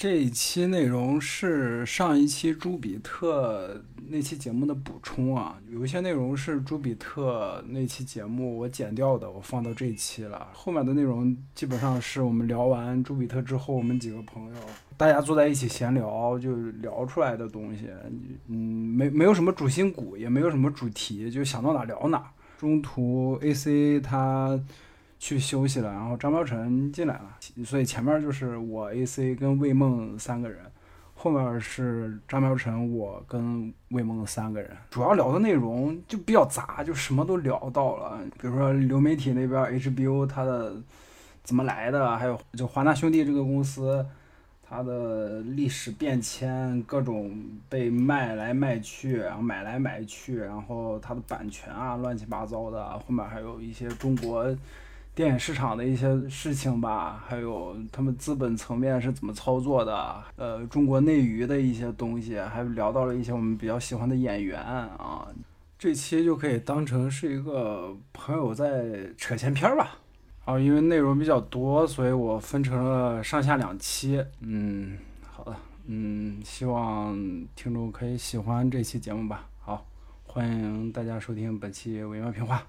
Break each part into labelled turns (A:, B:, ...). A: 这一期内容是上一期朱比特那期节目的补充啊，有一些内容是朱比特那期节目我剪掉的，我放到这一期了。后面的内容基本上是我们聊完朱比特之后，我们几个朋友大家坐在一起闲聊，就聊出来的东西，嗯，没没有什么主心骨，也没有什么主题，就想到哪聊哪。中途 A C 他去休息了，然后张彪晨进来了，所以前面就是我 A C 跟魏梦三个人，后面是张彪晨我跟魏梦三个人，主要聊的内容就比较杂，就什么都聊到了，比如说流媒体那边 HBO 它的怎么来的，还有就华纳兄弟这个公司。它的历史变迁，各种被卖来卖去，然后买来买去，然后它的版权啊，乱七八糟的。后面还有一些中国电影市场的一些事情吧，还有他们资本层面是怎么操作的，呃，中国内娱的一些东西，还聊到了一些我们比较喜欢的演员啊。这期就可以当成是一个朋友在扯闲篇儿吧。哦，因为内容比较多，所以我分成了上下两期。嗯，好的，嗯，希望听众可以喜欢这期节目吧。好，欢迎大家收听本期《伪妙评话》。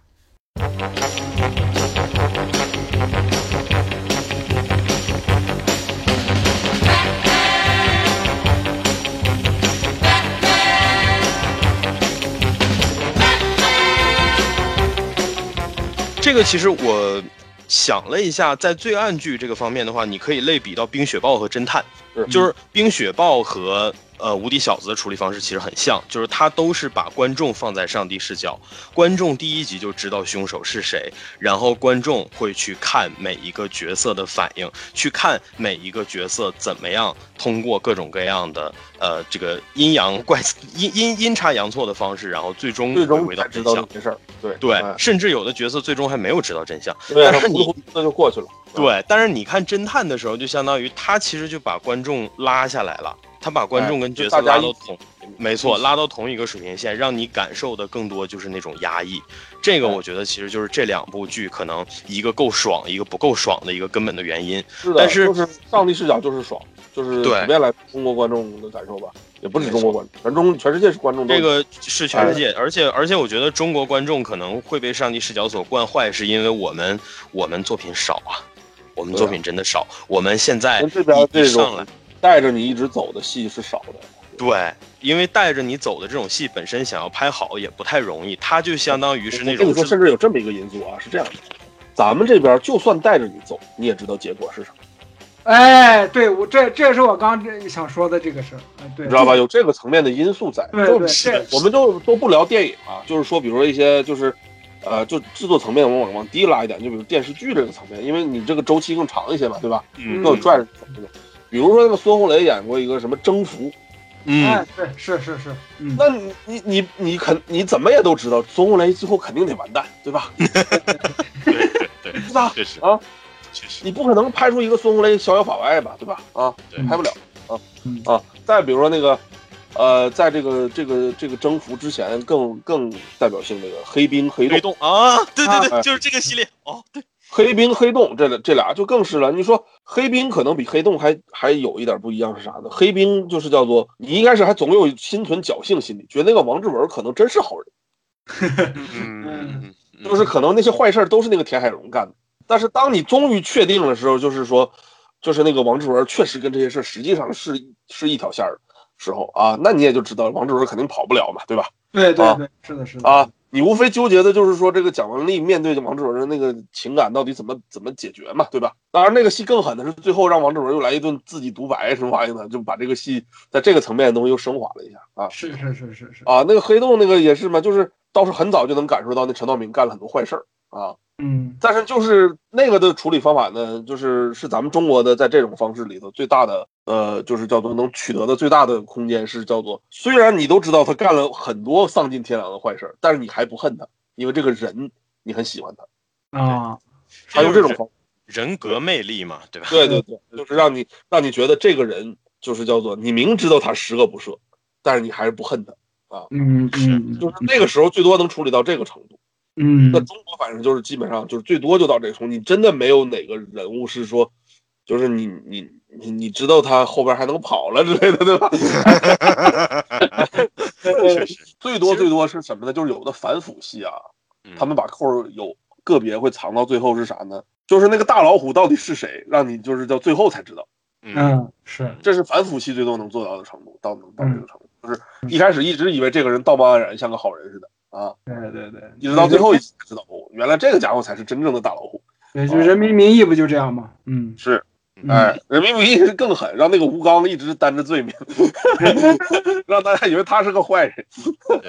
B: 这个其实我想了一下，在罪案剧这个方面的话，你可以类比到《冰雪暴》和《侦探》，就是《冰雪暴》和呃《无敌小子》的处理方式其实很像，就是它都是把观众放在上帝视角，观众第一集就知道凶手是谁，然后观众会去看每一个角色的反应，去看每一个角色怎么样通过各种各样的呃这个阴阳怪阴阴阴差阳错的方式，然后最终
C: 最终
B: 嗯回到
C: 才知
B: 真
C: 道
B: 相
C: 这。件事儿，对
B: 对
C: 哎，
B: 甚至有的角色最终还没有知道真相。
C: 对，啊
B: 但是你
C: 糊里糊涂的就过去了，
B: 对，但是你看侦探的时候，就相当于他其实就把观众拉下来了，他把观众跟角色
C: 哎就大
B: 拉
C: 家
B: 到
C: 一
B: 同，没错，拉到同一个水平线，让你感受的更多就是那种压抑。这个
C: 哎
B: 我觉得其实就是这两部剧可能一个够爽，一个不够爽的一个根本的原因。
C: 是的，
B: 但是
C: 就是上帝视角就是爽，就是
B: 对
C: 普遍来中国观众的感受吧，也不止中国观众，全中全世界是观众都
B: 这个是全世
C: 嗯
B: 界，而且而且我觉得中国观众可能会被上帝视角所惯坏，是因为我们我们作品少啊，我们
C: 对啊
B: 作品真的少，我们现在
C: 跟这边
B: 一
C: 这
B: 上来
C: 种。带着你一直走的戏是少的，
B: 对，因为带着你走的这种戏本身想要拍好也不太容易，它就相当于是那
C: 我跟
B: 种
C: 你说，
B: 制
C: 甚至有这么一个因素啊，是这样的，咱们这边就算带着你走，你也知道结果是什么，
A: 哎，对我这这是我刚这想说的这个事儿，哎，对，
C: 你知道吧？？有这个层面的因素在，
A: 对
C: 就
A: 对
C: 是
A: 这
C: 我们就都不聊电影啊，就是说，比如说一些就是。呃，就制作层面，我们往往低拉一点，就比如电视剧这个层面，因为你这个周期更长一些嘛，对吧？
B: 嗯
C: 更有拽着走这种。比如说那个孙红雷演过一个什么征服，
B: 嗯
A: 哎，对，是是是，嗯，
C: 那你你你你肯你怎么也都知道，孙红雷最后肯定得完蛋，对吧？
B: 对，
C: 知道
B: 确实
C: 啊，
B: 确实，
C: 你不可能拍出一个孙红雷逍遥法外吧，对吧？啊，
B: 对
C: 拍不了啊
A: 嗯
C: 啊！再比如说那个，呃，在这个这个这个征服之前更更代表性的一个黑冰黑洞
B: 黑，洞啊，对对对，
C: 啊
B: 就是这个系列哦，对，
C: 黑冰黑洞这这俩就更是了。你说黑冰可能比黑洞还还有一点不一样是啥呢？黑冰就是叫做你一开始还总有心存侥幸心理，觉得那个王志文可能真是好人，
B: 嗯，
C: 就是可能那些坏事儿都是那个田海荣干的。但是当你终于确定的时候，就是说，就是那个王志文确实跟这些事儿实际上是是一条线儿的时候啊，那你也就知道王志文肯定跑不了嘛，对吧？
A: 对对
C: 啊
A: 对，是的，是的，
C: 啊，你无非纠结的就是说这个蒋雯丽面对着王志文的那个情感到底怎么怎么解决嘛，对吧？当然那个戏更狠的是最后让王志文又来一顿自己独白什么玩意儿的，就把这个戏在这个层面的东西又升华了一下啊
A: 是是是是是，
C: 啊，那个黑洞那个也是嘛，就是倒是很早就能感受到那陈道明干了很多坏事儿啊，
A: 嗯，
C: 但是就是那个的处理方法呢，就是是咱们中国的在这种方式里头最大的呃，就是叫做能取得的最大的空间是叫做，虽然你都知道他干了很多丧尽天良的坏事儿，但是你还不恨他，因为这个人你很喜欢他，
A: 啊，
C: 他用这嗯种方法，
B: 人格魅力嘛，对吧？
C: 对对对，就是让你让你觉得这个人就是叫做你明知道他十恶不赦，但是你还是不恨他，
A: 嗯嗯，
C: 就是那个时候最多能处理到这个程度。
A: 嗯
C: 那中国反正就是基本上就是最多就到这个程度，你真的没有哪个人物是说就是你你你你知道他后边还能跑了之类的，对吧？
B: 确实，
C: 最多最多是什么呢？就是有的反腐戏啊，
B: 嗯
C: 他们把扣儿有个别会藏到最后是啥呢？就是那个大老虎到底是谁，让你就是到最后才知道。
B: 嗯
D: 嗯，是，
C: 这是反腐系最多能做到的程度，到能到这个程度，就是一开始一直以为这个人道貌岸然，像个好人似的啊，
D: 对对对，
C: 一直到最后一次才知道，哦，原来这个家伙才是真正的大老虎。
D: 对，就《人民名义》不就这样吗？嗯，
C: 是，
D: 嗯
C: 哎，人民币是更狠，让那个吴刚一直担着罪名， 让大家以为他是个坏人。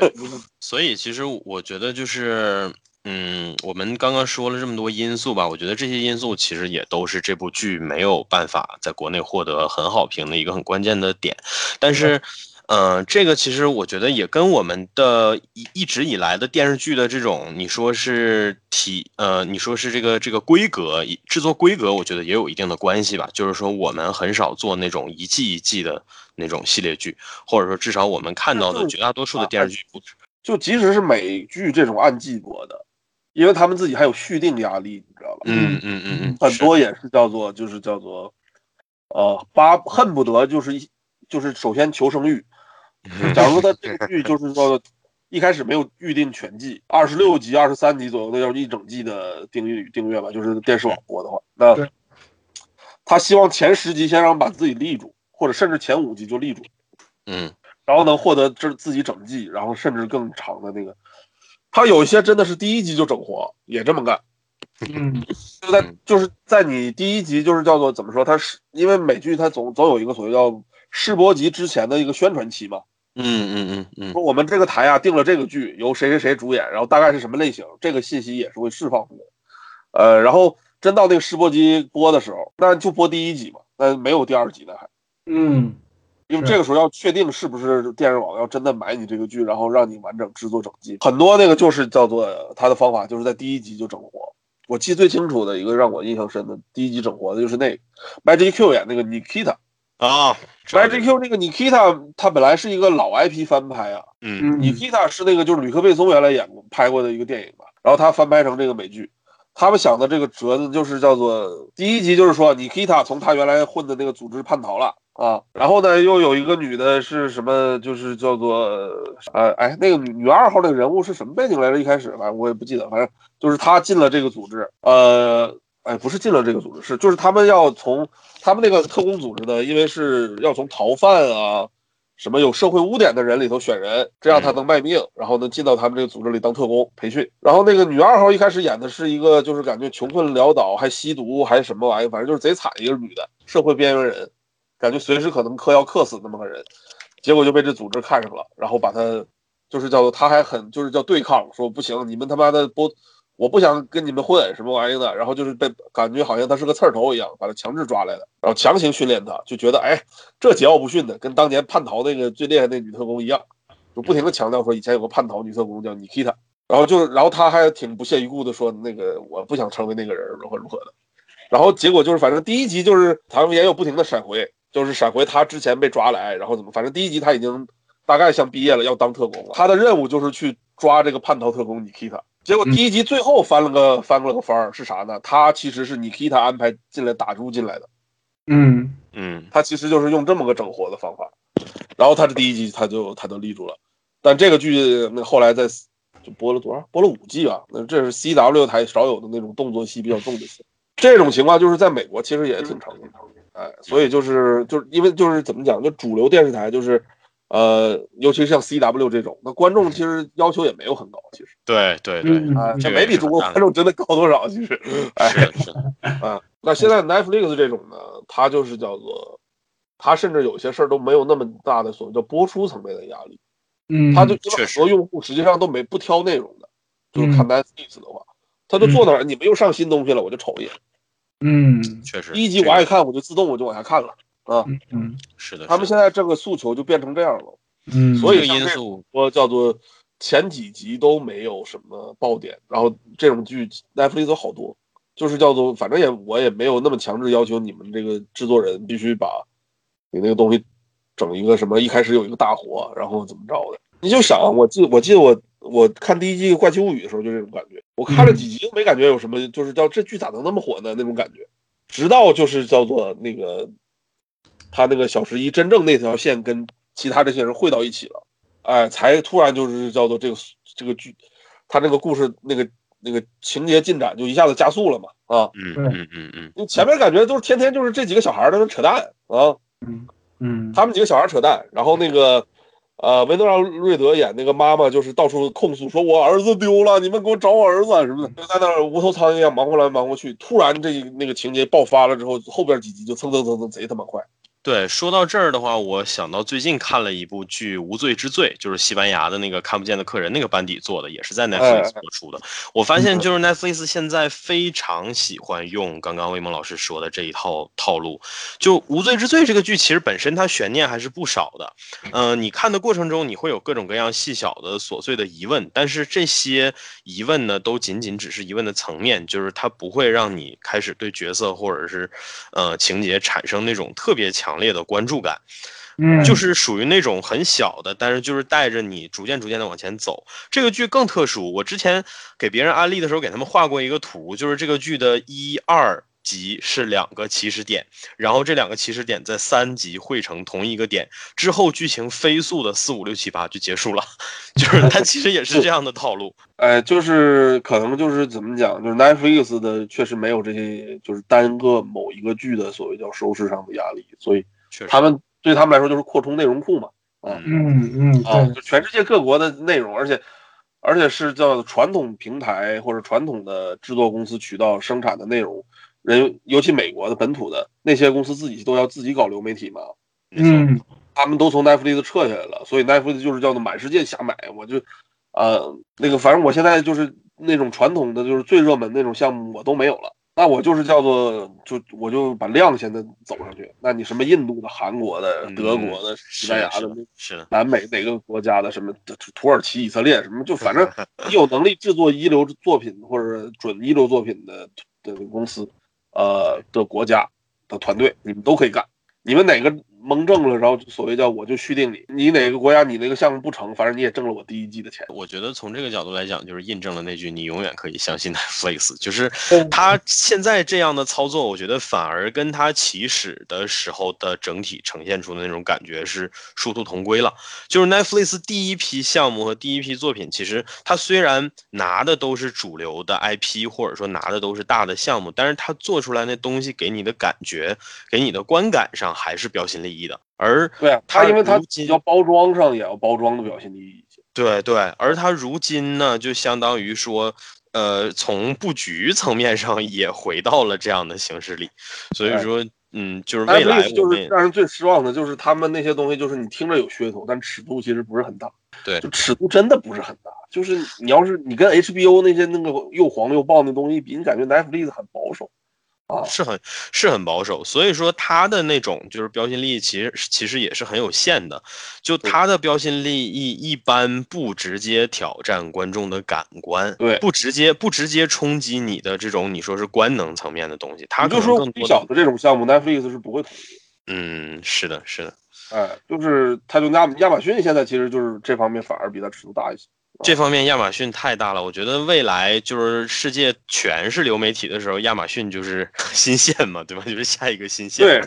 B: 对所以其实我觉得就是，嗯，我们刚刚说了这么多因素吧，我觉得这些因素其实也都是这部剧没有办法在国内获得很好评的一个很关键的点。但是，嗯、这个其实我觉得也跟我们的一一直以来的电视剧的这种，你说是体，呃，你说是这个这个规格以制作规格，我觉得也有一定的关系吧。就是说，我们很少做那种一季一季的那种系列剧，或者说至少我们看到的绝大多数的电视剧不止。
C: 就即使是美剧这种按季播的，因为他们自己还有续订压力，你知道吧？
B: 嗯嗯嗯嗯，
C: 很
B: 是
C: 多也是叫做就是叫做，呃，巴恨不得就是一就是首先求生欲。假如他这个剧就是说一开始没有预定全季，二十六集、二十三集左右的，要是一整季的订阅订阅吧，就是电视网播的话，那
D: 对
C: 他希望前十集先让把自己立住，或者甚至前五集就立住，
B: 嗯
C: 然后能获得这自己整季，然后甚至更长的那个。他有一些真的是第一集就整活，也这么干。
D: 嗯
C: 就在
B: 嗯
C: 就是在你第一集就是叫做怎么说？它是因为美剧它总总有一个所谓叫试播集之前的一个宣传期嘛，
B: 嗯嗯嗯嗯
C: 说我们这个台啊定了这个剧，由谁谁谁主演，然后大概是什么类型，这个信息也是会释放出来的。呃，然后真到那个试播集播的时候，那就播第一集嘛，那没有第二集的还，
D: 嗯，
C: 因为
D: 是
C: 这个时候要确定是不是电视网要真的买你这个剧，然后让你完整制作整季。很多那个就是叫做他的方法，就是在第一集就整活。我记得最清楚的一个让我印象深的第一集整活的就是那个 Magic Q 演那个 Nikita。
B: 啊，知道这
C: Magic Q 那个 Nikita 他本来是一个老 IP 翻拍啊，
B: 嗯
D: 嗯，
C: Nikita 是那个就是吕克贝松原来演过拍过的一个电影吧，然后他翻拍成这个美剧。他们想的这个折子就是叫做第一集就是说 Nikita 从他原来混的那个组织叛逃了啊，然后呢又有一个女的是什么，就是叫做呃哎那个女女二号那个人物是什么背景来着？一开始反正我也不记得，反正就是她进了这个组织，呃哎不是进了这个组织，是就是他们要从他们那个特工组织呢，因为是要从逃犯啊。什么有社会污点的人里头选人，这样他能卖命，然后能进到他们这个组织里当特工培训。然后那个女二号一开始演的是一个就是感觉穷困潦倒，还吸毒，还什么玩意，反正就是贼惨一个女的，社会边缘人，感觉随时可能嗑药嗑死那么个人，结果就被这组织看上了，然后把她就是叫做她还很就是叫对抗，说不行，你们他妈的不。我不想跟你们混什么玩意的，然后就是被感觉好像他是个刺儿头一样，把他强制抓来的，然后强行训练他，就觉得哎，这桀骜不驯的，跟当年叛逃那个最厉害那女特工一样，就不停的强调说以前有个叛逃女特工叫 Nikita，然后就然后他还挺不屑一顾的说那个我不想成为那个人如何如何的，然后结果就是反正第一集就是他们也有不停的闪回，就是闪回他之前被抓来，然后怎么反正第一集他已经大概像毕业了要当特工了，他的任务就是去抓这个叛逃特工 Nikita。结果第一集最后翻了个翻了个番儿是啥呢？他其实是 Nikita 安排进来打入进来的。
D: 嗯
B: 嗯
C: 他其实就是用这么个整活的方法，然后他这第一集他就他就立住了，但这个剧那后来在就播了多少？播了五季吧。那这是 C W 台少有的那种动作戏比较重的戏，这种情况就是在美国其实也挺常见的。哎，所以就是就是因为就是怎么讲，就主流电视台就是，呃，尤其是像 C W 这种，那观众其实要求也没有很高，其实
B: 对对对，
D: 嗯
C: 啊，
D: 嗯
C: 这
B: 这个
C: 没
B: 也
C: 比
B: 是
C: 中国
B: 很大的
C: 观众真的高多少，其实，哎，
B: 是的是的，
C: 啊，那现在 Netflix 这种呢，它就是叫做，它甚至有些事儿都没有那么大的所谓叫播出层面的压力，
D: 嗯，
C: 它就因为
B: 确
C: 很
B: 实
C: 多用户实际上都没不挑内容的，就是看
D: 嗯
C: Netflix 的话，他就坐那
B: 嗯
C: 儿，你们又上新东西了，我就瞅一眼，
D: 嗯
B: 确实。
C: 第一集我
B: 这个
C: 爱看，我就自动我就往下看了。啊，
D: 嗯嗯
B: 是的，
C: 他们
B: 是的
C: 现在这个诉求就变成这样了，
D: 嗯，
C: 所以
B: 这个
C: 像
B: 因
C: 这
B: 素，
C: 说叫做前几集都没有什么爆点，然后这种剧 Netflix 有好多，就是叫做反正也我也没有那么强制要求你们这个制作人必须把你那个东西整一个什么一开始有一个大火，然后怎么着的，你就想啊我记我记得我我看第一季《怪奇物语》的时候就这种感觉，我看了几集都没感觉有什么，就是叫这剧咋能那么火呢那种感觉。直到就是叫做那个他那个小十一真正那条线跟其他这些人汇到一起了，哎，才突然就是叫做这个这个剧，他那个故事那个那个情节进展就一下子加速了嘛啊，
B: 嗯嗯嗯嗯，
C: 因为前面感觉都是天天就是这几个小孩儿在那扯淡啊，
D: 嗯嗯，
C: 他们几个小孩扯淡，然后那个，呃，维诺拉·瑞德演那个妈妈就是到处控诉说，我儿子丢了，你们给我找我儿子啊什么的，就在那儿无头苍蝇一样忙过来忙过去。突然这那个情节爆发了之后，后边几集就蹭蹭蹭蹭贼他妈快。
B: 对，说到这儿的话，我想到最近看了一部剧《无罪之罪》，就是西班牙的那个《看不见的客人》那个班底做的，也是在 Netflix 播出的。我发现就是 Netflix 现在非常喜欢用刚刚魏萌老师说的这一套套路。就《无罪之罪》这个剧，其实本身它悬念还是不少的。嗯、呃，你看的过程中，你会有各种各样细小的、琐碎的疑问，但是这些疑问呢，都仅仅只是疑问的层面，就是它不会让你开始对角色或者是呃情节产生那种特别强。强烈的关注感，
D: 嗯，
B: 就是属于那种很小的，但是就是带着你逐渐逐渐的往前走。这个剧更特殊，我之前给别人安利的时候，给他们画过一个图，就是这个剧的一二集是两个起始点，然后这两个起始点在三集汇成同一个点之后，剧情飞速的四五六七八就结束了， 就是它其实也是这样的套路。
C: 哎，就是可能就是怎么讲，就是 Netflix 的确实没有这些，就是单个某一个剧的所谓叫收视上的压力，所以
B: 确实，
C: 他们对他们来说就是扩充内容库嘛，啊、
D: 嗯嗯，
C: 啊，
D: 对
C: 就全世界各国的内容，而且而且是叫传统平台或者传统的制作公司渠道生产的内容，人尤其美国的本土的那些公司自己都要自己搞流媒体嘛，
B: 没错
D: 嗯
C: 他们都从 Netflix 撤下来了，所以 Netflix 就是叫做满世界瞎买，我就，呃，那个反正我现在就是那种传统的就是最热门那种项目我都没有了，那我就是叫做就我就把量现在走上去，那你什么印度的、韩国的、
B: 嗯
C: 德国的、
B: 是
C: 西班
B: 的
C: 牙
B: 是
C: 的
B: 的，是的，
C: 南美哪个国家的什么土土耳其、以色列什么，就反正你有能力制作一流作品或者准一流作品的的公司，呃的国家的团队，你们都可以干。你们哪个蒙挣了，然后就所谓叫我就续订你，你哪个国家你那个项目不成，反正你也挣了我第一季的钱。
B: 我觉得从这个角度来讲，就是印证了那句“你永远可以相信 Netflix”，就是他现在这样的操作，我觉得反而跟他起始的时候的整体呈现出的那种感觉是殊途同归了。就是 Netflix 第一批项目和第一批作品，其实它虽然拿的都是主流的 IP，或者说拿的都是大的项目，但是它做出来那东西给你的感觉、给你的观感上还是标新立异的。而
C: 对啊，他因为他
B: 如今
C: 要包装上也要包装的表现第一。
B: 对对，而它如今呢，就相当于说，呃，从布局层面上也回到了这样的形式里，所以
C: 对
B: 说，嗯，就是未来
C: Netflix
B: 我
C: 就
B: 们
C: 是
B: 也
C: 让人最失望的就是他们那些东西，就是你听着有噱头，但尺度其实不是很大。
B: 对
C: 就尺度真的不是很大。就是你要是你跟 HBO 那些那个又黄又暴那东西比，你感觉 Netflix 很保守。
B: 是很是很保守，所以说它的那种就是标新立异，其实其实也是很有限的。就
C: 对
B: 它的标新立异一般不直接挑战观众的感官，
C: 对
B: 不直接不直接冲击你的这种你说是官能层面的东西，它
C: 你
B: 可
C: 就
B: 能
C: 说
B: 更
C: 最
B: 多
C: 小
B: 的，
C: 的这种项目，Netflix 是不会同意。
B: 嗯，是的，是的。
C: 哎，就是他就亚亚马逊现在其实就是这方面反而比它尺度大一些。
B: 这方面亚马逊太大了，我觉得未来就是世界全是流媒体的时候，亚马逊就是 新线嘛，对吧？就是下一个新线，
C: 对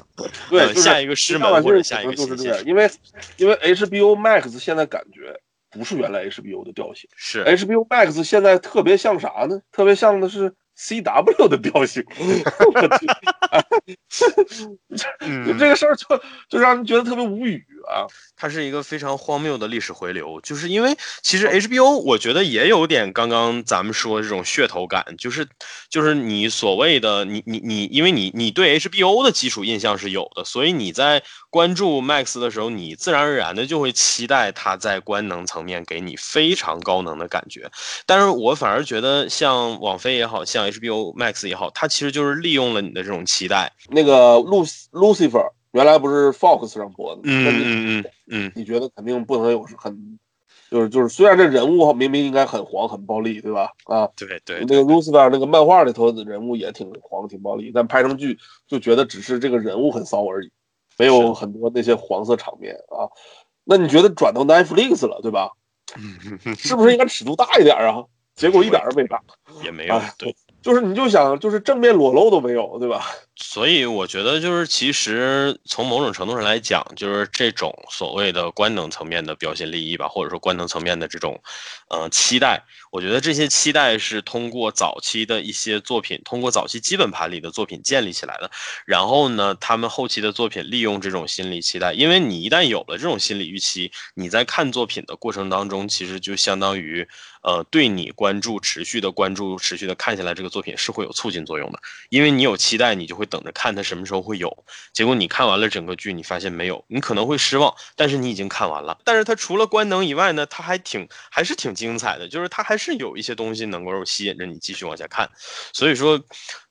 C: 对，
B: 呃
C: 就是
B: 下一个师
C: 亚马
B: 门
C: 逊
B: 或者下一
C: 可
B: 个
C: 能就是
B: 新
C: 这样，
B: 线，
C: 因为因为 HBO Max 现在感觉不是原来 HBO 的调性
B: 是
C: ，HBO Max 现在特别像啥呢？特别像的是 CW 的调性。 我去，就
B: 嗯
C: 这个事儿就就让人觉得特别无语啊。
B: 它是一个非常荒谬的历史回流，就是因为其实 HBO 我觉得也有点刚刚咱们说这种噱头感，就是就是你所谓的你你你，因为你你对 HBO 的基础印象是有的，所以你在关注 Max 的时候，你自然而然的就会期待它在官能层面给你非常高能的感觉。但是我反而觉得像网飞也好像 HBO Max 也好，它其实就是利用了你的这种期待。
C: 那个路 Lucifer 原来不是 Fox 上播的，那你
B: 嗯嗯嗯嗯，
C: 你觉得肯定不能有很，就是就是虽然这人物明明应该很黄很暴力，对吧？啊，
B: 对对
C: 那个 Lucifer 那个漫画里头的人物也挺黄挺暴力，但拍成剧就觉得只是这个人物很骚而已，没
B: 是
C: 有很多那些黄色场面啊。那你觉得转到 Netflix 了，对吧？是不是应该尺度大一点啊？结果一点儿都没大。
B: 也没有
C: 啊
B: 对。
C: 就是你就想就是正面裸露都没有，对吧？
B: 所以我觉得就是其实从某种程度上来讲，就是这种所谓的官能层面的标新立异吧，或者说官能层面的这种，呃，期待，我觉得这些期待是通过早期的一些作品，通过早期基本盘里的作品建立起来的。然后呢，他们后期的作品利用这种心理期待，因为你一旦有了这种心理预期，你在看作品的过程当中，其实就相当于。呃，对你关注、持续的关注、持续的看下来，这个作品是会有促进作用的，因为你有期待，你就会等着看它什么时候会有。结果你看完了整个剧，你发现没有，你可能会失望，但是你已经看完了。但是它除了官能以外呢，它还挺还是挺精彩的，就是它还是有一些东西能够吸引着你继续往下看。所以说，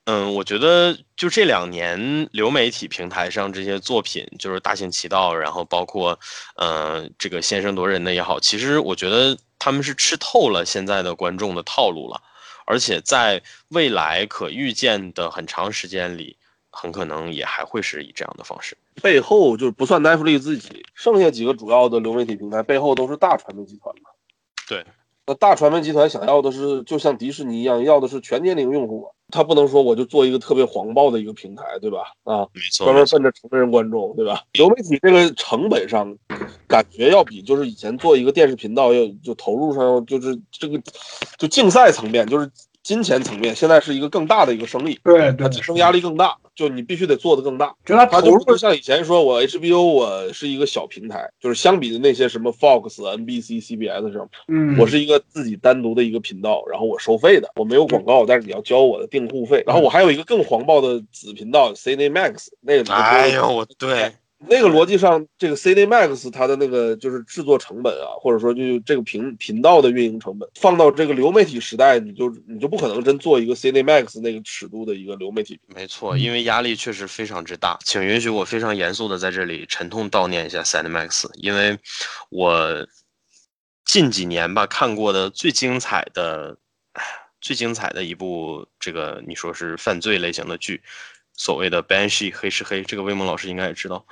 B: 嗯，我觉得就这两年流媒体平台上这些作品，就是《大行其道》，然后包括呃这个《先声夺人》的也好，其实我觉得。他们是吃透了现在的观众的套路了，而且在未来可预见的很长时间里，很可能也还会是以这样的方式。
C: 背后就是不算 Netflix 自己，剩下几个主要的流媒体平台背后都是大传媒集团嘛。
B: 对，
C: 那大传媒集团想要的是，就像迪士尼一样，要的是全年龄用户，他不能说我就做一个特别黄暴的一个平台，对吧？啊，
B: 没错，
C: 专门
B: 没错
C: 奔着成人观众，对吧？流媒体这个成本上，感觉要比就是以前做一个电视频道要就投入上要就是这个就竞赛层面，就是金钱层面，现在是一个更大的一个生意，
D: 对
A: 嗯
D: 对，
C: 竞争压力更大，就你必须得做的更大。
D: 就他
C: 它
D: 投
C: 就
D: 入
C: 不能像以前说我 HBO 我是一个小平台，就是相比的那些什么 Fox、NBC、CBS 这种，
D: 嗯，
C: 我是一个自己单独的一个频道，然后我收费的，我没有广告，但是你要交我的订户费。然后我还有一个更黄暴的子频道 CNE Max，那个
B: 哎呦，我对，
C: 那个逻辑上，这个 CD Max 它的那个就是制作成本啊，或者说就这个频频道的运营成本，放到这个流媒体时代，你就你就不可能真做一个 CD Max 那个尺度的一个流媒体。
B: 没错，因为压力确实非常之大，请允许我非常严肃的在这里沉痛悼念一下 Cinemax，因为我近几年吧看过的最精彩的、唉最精彩的一部这个你说是犯罪类型的剧，所谓的《Banshee》黑是黑，这个魏萌老师应该也知道，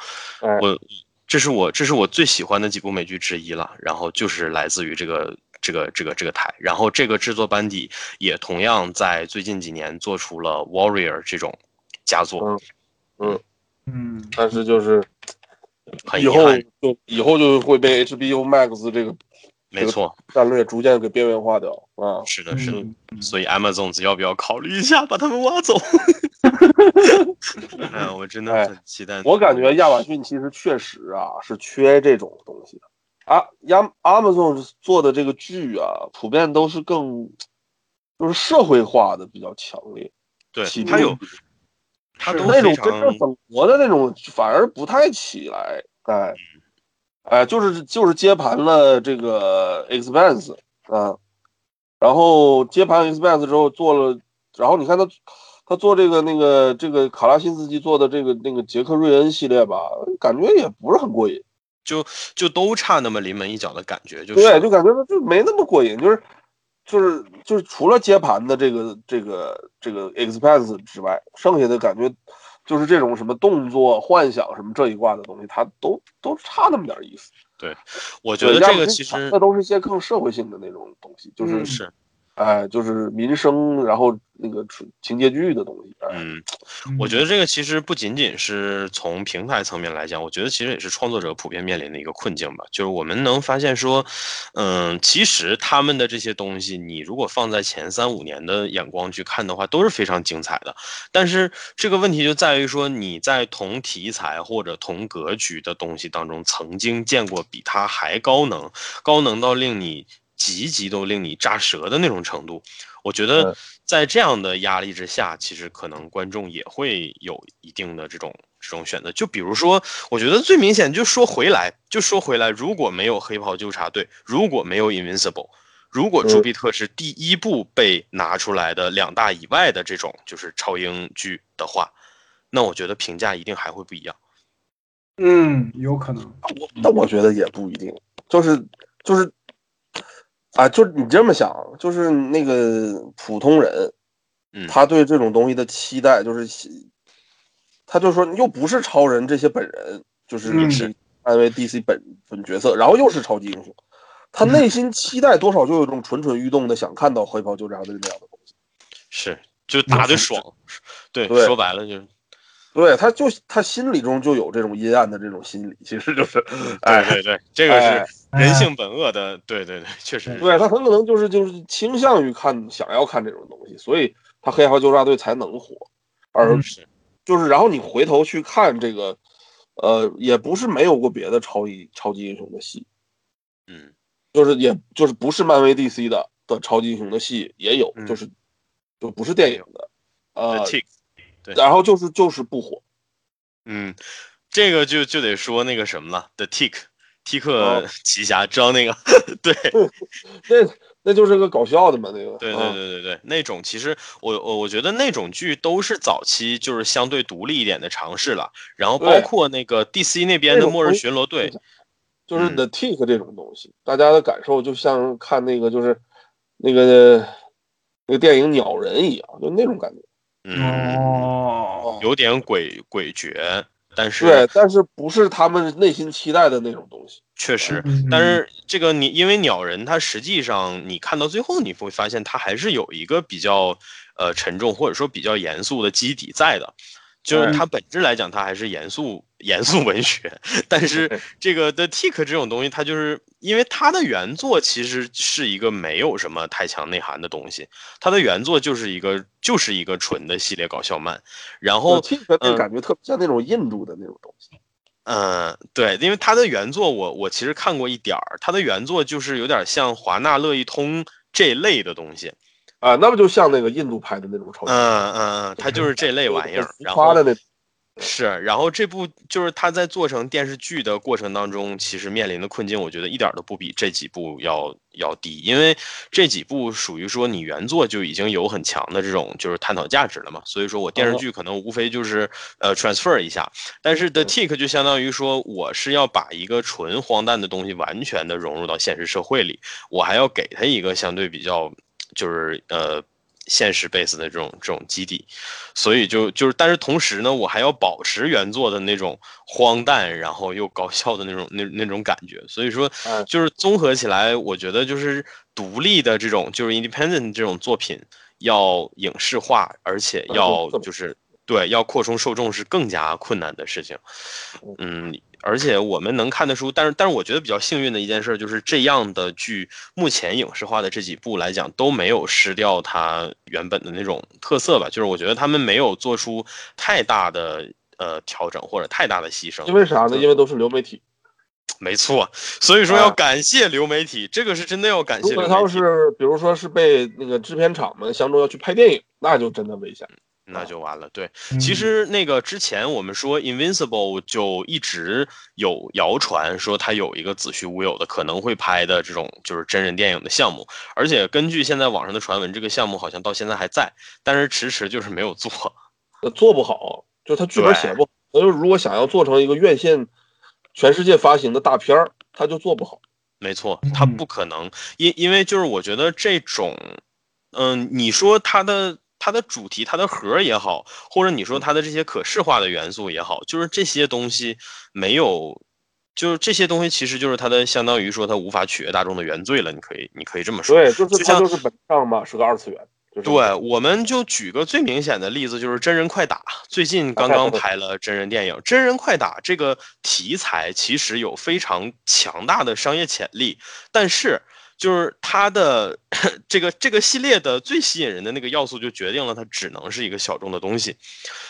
C: 哎
B: 我这是我这是我最喜欢的几部美剧之一了，然后就是来自于这个。这个这个这个台，然后这个制作班底也同样在最近几年做出了《Warrior》这种佳作，
D: 嗯，
C: 但是就是
B: 很
C: 以
B: 遗
C: 后
B: 憾，
C: 就以后就会被 HBO Max 这个
B: 没错，
C: 战略逐渐给边缘化掉啊。
B: 是的，是的。
D: 嗯，嗯
B: 所以 Amazon 要不要考虑一下把他们挖走？ 哎，我真的很期待。
C: 我感觉亚马逊其实确实啊是缺这种东西的。啊，亚 Amazon 做的这个剧啊，普遍都是更就是社会化的比较强烈。
B: 对
C: 起
B: 他
C: 步
B: 有，他
D: 是
B: 都
C: 那种
B: 非
C: 真
B: 常
C: 正本国的那种反而不太起来，
B: 嗯
C: 哎，哎，就是就是接盘了这个 Expense 啊，然后接盘 Expense 之后做了，然后你看他他做这个那个这个卡拉辛斯基做的这个那个杰克瑞恩系列吧，感觉也不是很过瘾。
B: 就都差那么临门一脚的感觉，就是
C: 对，就感觉就没那么过瘾，就是就是就是除了接盘的这个这个这个 expense 之外，剩下的感觉就是这种什么动作、幻想什么这一挂的东西，它都都差那么点意思。
B: 我觉得
C: 对
B: 这
C: 亚
B: 个
C: 马逊
B: 其实
C: 那都是一些更社会性的那种东西，就是
D: 嗯
B: 是
C: 哎、就是民生，然后那个纯情节剧的东西。哎、
B: 嗯。我觉得这个其实不仅仅是从平台层面来讲，我觉得其实也是创作者普遍面临的一个困境吧。就是我们能发现说，嗯，其实他们的这些东西，你如果放在前三五年的眼光去看的话，都是非常精彩的。但是这个问题就在于说，你在同题材或者同格局的东西当中，曾经见过比它还高能，高能到令你集集都令你扎舌的那种程度。我觉得
C: 嗯
B: 在这样的压力之下，其实可能观众也会有一定的这种这种选择。就比如说，我觉得最明显就说回来，就说回来，如果没有黑袍纠察队，如果没有 Invincible。如果
C: 嗯
B: 朱庇特是第一部被拿出来的两大以外的这种就是超英剧的话，那我觉得评价一定还会不一样。
D: 嗯，有可能，
C: 我但我觉得也不一定，就是就是，啊，就是你这么想，就是那个普通人，
B: 嗯
C: 他对这种东西的期待就是希，他就说又不是超人这些本人，就是
D: 嗯
C: 是安慰 DC 本本角色，然后又是超级英雄，他内心期待多少就有一种蠢蠢欲动的想看到黑袍纠察队那样的东西。
B: 是，就打得爽。对，
C: 对
B: 说白了就是，
C: 对，他就他心理中就有这种阴暗的这种心理，其实就是，哎，
B: 对对对，这个
C: 哎
B: 是人
D: 哎
B: 性本恶的，对对对，确实是。
C: 对他很可能就是就是倾向于看想要看这种东西，所以他黑袍纠察队才能火，而
D: 嗯
B: 是
C: 就是然后你回头去看这个，呃，也不是没有过别的超级超级英雄的戏，
B: 嗯，
C: 就是也就是不是漫威 DC 的的超级英雄的戏也有，
B: 嗯
C: 就是就不是电影的，
B: 呃
C: 呃，
B: ，tick，对
C: 然后就是就是不火，
B: 嗯，这个就就得说那个什么了，the tick。t 克
C: 哦
B: 奇侠，知道那个？对
C: 那那就是个搞笑的嘛，那个，
B: 对对
C: 嗯
B: 对对对，那种其实我我我觉得那种剧都是早期就是相对独立一点的尝试了，然后包
C: 对
B: 括那个 DC 那边
C: 那
B: 的
C: 种
B: 末日
C: 风
B: 巡逻队，
C: 就是 The
B: 嗯
C: Tick 这种东西，大家的感受就像看那个就是那个那个电影《鸟人》一样，就那种感觉。
B: 嗯，
D: 哦，
B: 有点诡诡谲，但
C: 对
B: 是，
C: 但是不是他们内心期待的那种东西。
B: 确实，
D: 嗯
B: 但是这个你因为鸟人，它实际上你看到最后，你会发现它还是有一个比较呃沉重或者说比较严肃的基底在的，就是
C: 对
B: 它本质来讲，它还是严肃严肃文学，但是
C: 对
B: 这个 The Tick 这种东西，它就是因为它的原作其实是一个没有什么太强内涵的东西，它的原作就是一个就是一个纯的系列搞笑漫，然后
C: The Tick 那
B: 嗯
C: 个感觉特别像那种印度的那种东西。
B: 嗯，对，因为它的原作我我其实看过一点儿，它的原作就是有点像华纳乐一通这一类的东西，
C: 啊，那不就像那个印度拍的那种超级
B: 嗯嗯，嗯它就是这类玩意儿。
C: 浮
B: 然
C: 夸
B: 后
C: 的那种
B: 是，然后这部就是它在做成电视剧的过程当中，其实面临的困境，我觉得一点儿都不比这几部要要低，因为这几部属于说你原作就已经有很强的这种就是探讨价值了嘛，所以说我电视
C: 哦
B: 剧可能无非就是呃 transfer 一下，但是 The
C: 嗯
B: Tick 就相当于说我是要把一个纯荒诞的东西完全的融入到现实社会里，我还要给它一个相对比较就是呃。现实 base 的这种这种基底，所以就就是，但是同时呢，我还要保持原作的那种荒诞，然后又搞笑的那种那那种感觉。所以说
C: 哎，
B: 就是综合起来，我觉得就是独立的这种就是 independent 这种作品要影视化，而且要
C: 嗯这么
B: 就是对要扩充受众是更加困难的事情。嗯，而且我们能看得出，但是但是我觉得比较幸运的一件事就是这样的剧，目前影视化的这几部来讲都没有失掉它原本的那种特色吧，就是我觉得他们没有做出太大的呃调整或者太大的牺牲
C: 因。为啥呢？因为都是流媒体。
B: 没错，所以说要
C: 啊
B: 感谢流媒体，这个是真的要感
C: 如
B: 谢流
C: 果他
B: 媒
C: 们
B: 体，
C: 是比如说是被那个制片厂们相中要去拍电影，那就真的危
B: 嗯
C: 险。
B: 那就完了。对，
D: 嗯
B: 其实那个之前我们说《Invincible》就一直有谣传说它有一个子虚乌有的可能会拍的这种就是真人电影的项目，而且根据现在网上的传闻，这个项目好像到现在还在，但是迟迟就是没有做。
C: 呃做不好，就他剧本
B: 对
C: 写不好。所以如果想要做成一个院线全世界发行的大片儿，他就做不好。
B: 没错，他
D: 嗯
B: 不可能，因因为就是我觉得这种，嗯，你说它的它的主题、它的核儿也好，或者你说它的这些可视化的元素也好，就是这些东西没有，就是这些东西其实就是它的相当于说它无法取悦大众的原罪了，你可以你可以这么说。
C: 对，就
B: 就是
C: 他
B: 像
C: 就是本质上嘛，是个二次元。就是、
B: 对，我们就举个最明显的例子，就是《真人快打》，最
C: 啊
B: 近刚刚拍了真人电影。《真人快打》这个题材其实有非常强大的商业潜力，但是就是它的 这个这个系列的最吸引人的那个要素，就决定了它只能是一个小众的东西。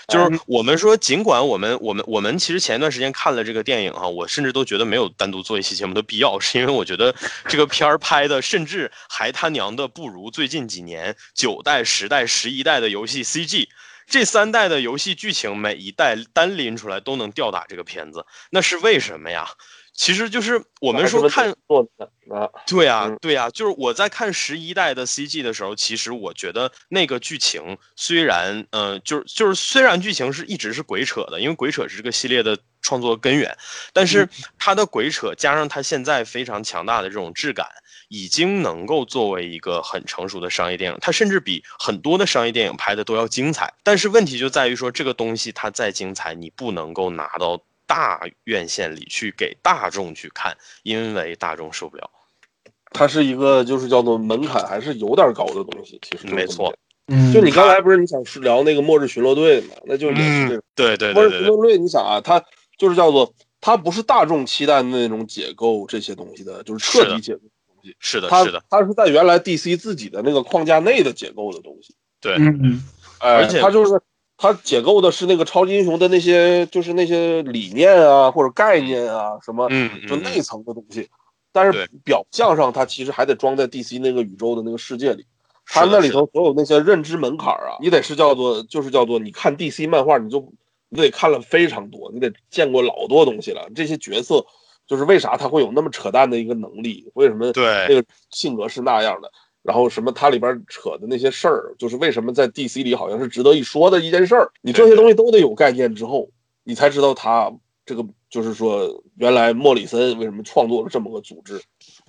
B: 就是我们说，尽管我们我们我们其实前一段时间看了这个电影啊，我甚至都觉得没有单独做一期节目的必要，是因为我觉得这个片儿拍的，甚至还他娘的不如最近几年九代、十代、十一代的游戏 CG。这三代的游戏剧情，每一代单拎出来都能吊打这个片子，那是为什么呀？其实就是我
C: 我
B: 们说看
C: 做的啊，
B: 对啊，
C: 嗯
B: 对啊，就是我在看十一代的 CG 的时候，其实我觉得那个剧情虽然，呃，就是就是虽然剧情是一直是鬼扯的，因为鬼扯是这个系列的创作根源，但是它的鬼扯加上它现在非常强大的这种质感，已经能够作为一个很成熟的商业电影，它甚至比很多的商业电影拍的都要精彩。但是问题就在于说，这个东西它再精彩，你不能够拿到大院线里去给大众去看，因为大众受不了。
C: 它是一个就是叫做门槛还是有点高的东西，其实就是
B: 没
C: 这么
B: 错
C: 点
D: 嗯，
C: 就你刚才不是你想是聊那个《末日巡逻队》嘛？那就也是这种。
B: 对嗯对
C: 末
B: 对
C: 日
B: 对
C: 巡
B: 对，
C: 逻队，你想啊，它就是叫做它不是大众期待的那种解构这些东西的，就是彻
B: 是的
C: 底解构。
B: 是的，
C: 它
B: 是的，
C: 它是在原来 DC 自己的那个框架内的解构的东西，
B: 对，
D: 嗯
C: 哎，
B: 而且
C: 它就是它解构的是那个超级英雄的那些就是那些理念啊或者概念啊什么，
B: 嗯，
C: 就
B: 嗯
C: 内层的东西。但
B: 对
C: 是表象上，它其实还得装在 DC 那个宇宙的那个世界里。
B: 是
C: 它
B: 的
C: 那里
B: 是的
C: 头所有那些认知门槛儿啊，你得是叫做就是叫做你看 DC 漫画，你就你得看了非常多，你得见过老多东西了。这些角色就是为啥他会有那么扯淡的一个能力？为什么
B: 对
C: 那个性格是那样的？然后什么它里边扯的那些事儿，就是为什么在 DC 里好像是值得一说的一件事儿。你这些东西都得有概念之后，你才知道他这个就是说，原来莫里森为什么创作了这么个组织，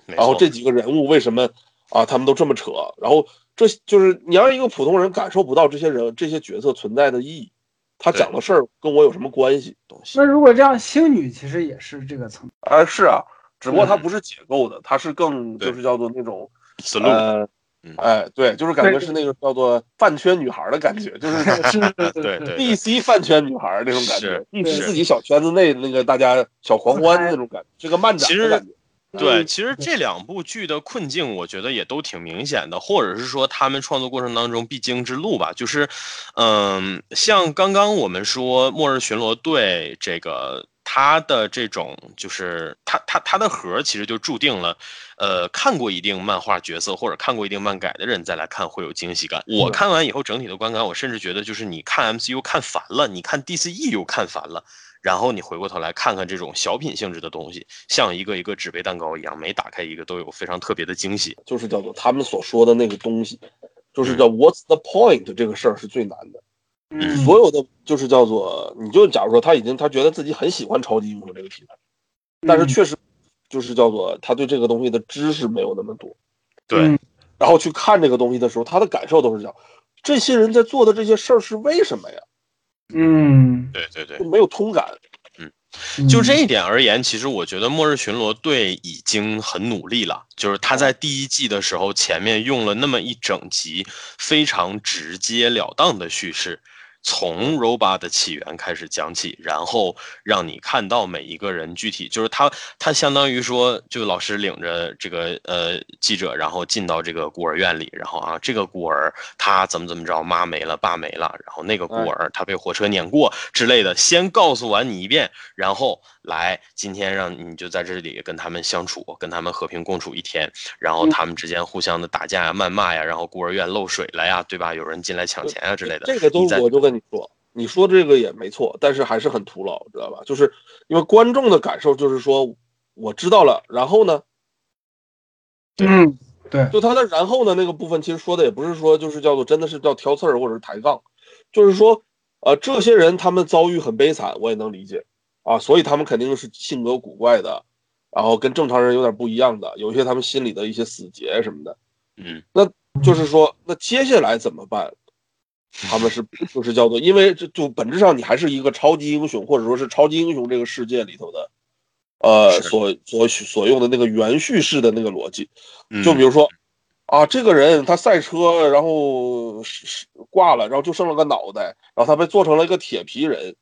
B: 没
C: 然后
B: 错
C: 这几个人物为什么啊，他们都这么扯，然后这就是你让一个普通人感受不到这些人这些角色存在的意义，他
B: 对
C: 讲的事儿跟我有什么关系？东西
D: 那如果这样，星女其实也是这个层，
C: 啊，是啊，只不过他
B: 嗯
C: 不是解构的，他是更
B: 对
C: 就是叫做那种
B: 思路，
C: 呃
B: 嗯。
C: 哎，对，就是感觉
D: 对
C: 是那个叫做饭圈女孩的感觉，就是那个
D: 是
B: 对对
C: DC 饭圈女孩儿那种感
B: 是
C: 觉
D: 是
C: ，DC 自己小圈子内那个大家小狂欢那种感觉，是个漫展
B: 其
C: 的
B: 实
C: 感觉。
B: 对，其实这两部剧的困境，我觉得也都挺明显的，或者是说他们创作过程当中必经之路吧。就是，嗯，像刚刚我们说《末日巡逻队》这个，它的这种就是它它它的核，其实就注定了，呃，看过一定漫画角色或者看过一定漫改的人再来看会有惊喜感。我看完以后整体的观感，我甚至觉得就是你看 MCU 看烦了，你看 DCE 又看烦了。然后你回过头来看看这种小品性质的东西，像一个一个纸杯蛋糕一样，每打开一个都有非常特别的惊喜。
C: 就是叫做他们所说的那个东西，
B: 嗯
C: 就是叫 What's the point 这个事儿是最难的。
D: 嗯，
C: 所有的就是叫做，你就假如说他已经他觉得自己很喜欢超级英雄这个题材，但
D: 嗯
C: 是确实就是叫做他对这个东西的知识没有那么多，
B: 对，
D: 嗯
C: 然后去看这个东西的时候，他的感受都是这样：这些人在做的这些事儿是为什么呀？
D: 嗯，
B: 对对对
C: 就，没有通感。
D: 嗯
B: 就这一点而言，其实我觉得《末日巡逻队》已经很努力了。就是他在第一季的时候，前面用了那么一整集非常直截了当的叙事，从 Robot 的起源开始讲起，然后让你看到每一个人具体，就是他他相当于说，就老师领着这个呃记者，然后进到这个孤儿院里，然后啊这个孤儿他怎么怎么着，妈没了，爸没了，然后那个孤儿他被火车碾过之类的，先告诉完你一遍，然后来今天让你就在这里跟他们相处，跟他们和平共处一天，然后他们之间互相的打架呀、谩骂呀，然后孤儿院漏水了呀，对吧？有人进来抢钱呀之类的，
C: 这个都
B: 你在
C: 我就跟你说，你说这个也没错，但是还是很徒劳，知道吧？就是因为观众的感受就是说，我知道了，然后呢，
D: 嗯，对，
C: 就他的然后呢那个部分，其实说的也不是说就是叫做真的是叫挑刺儿或者是抬杠，就是说，呃，这些人他们遭遇很悲惨，我也能理解啊，所以他们肯定是性格古怪的，然后跟正常人有点不一样的，有一些他们心里的一些死结什么的。
B: 嗯
C: 就是说，那接下来怎么办？他们是就是叫做，因为这就本质上你还是一个超级英雄，或者说是超级英雄这个世界里头的，呃，
B: 是
C: 所所所用的那个原叙事的那个逻辑。
B: 嗯
C: 就比如说，啊，这个人他赛车，然后是是挂了，然后就剩了个脑袋，然后他被做成了一个铁皮人，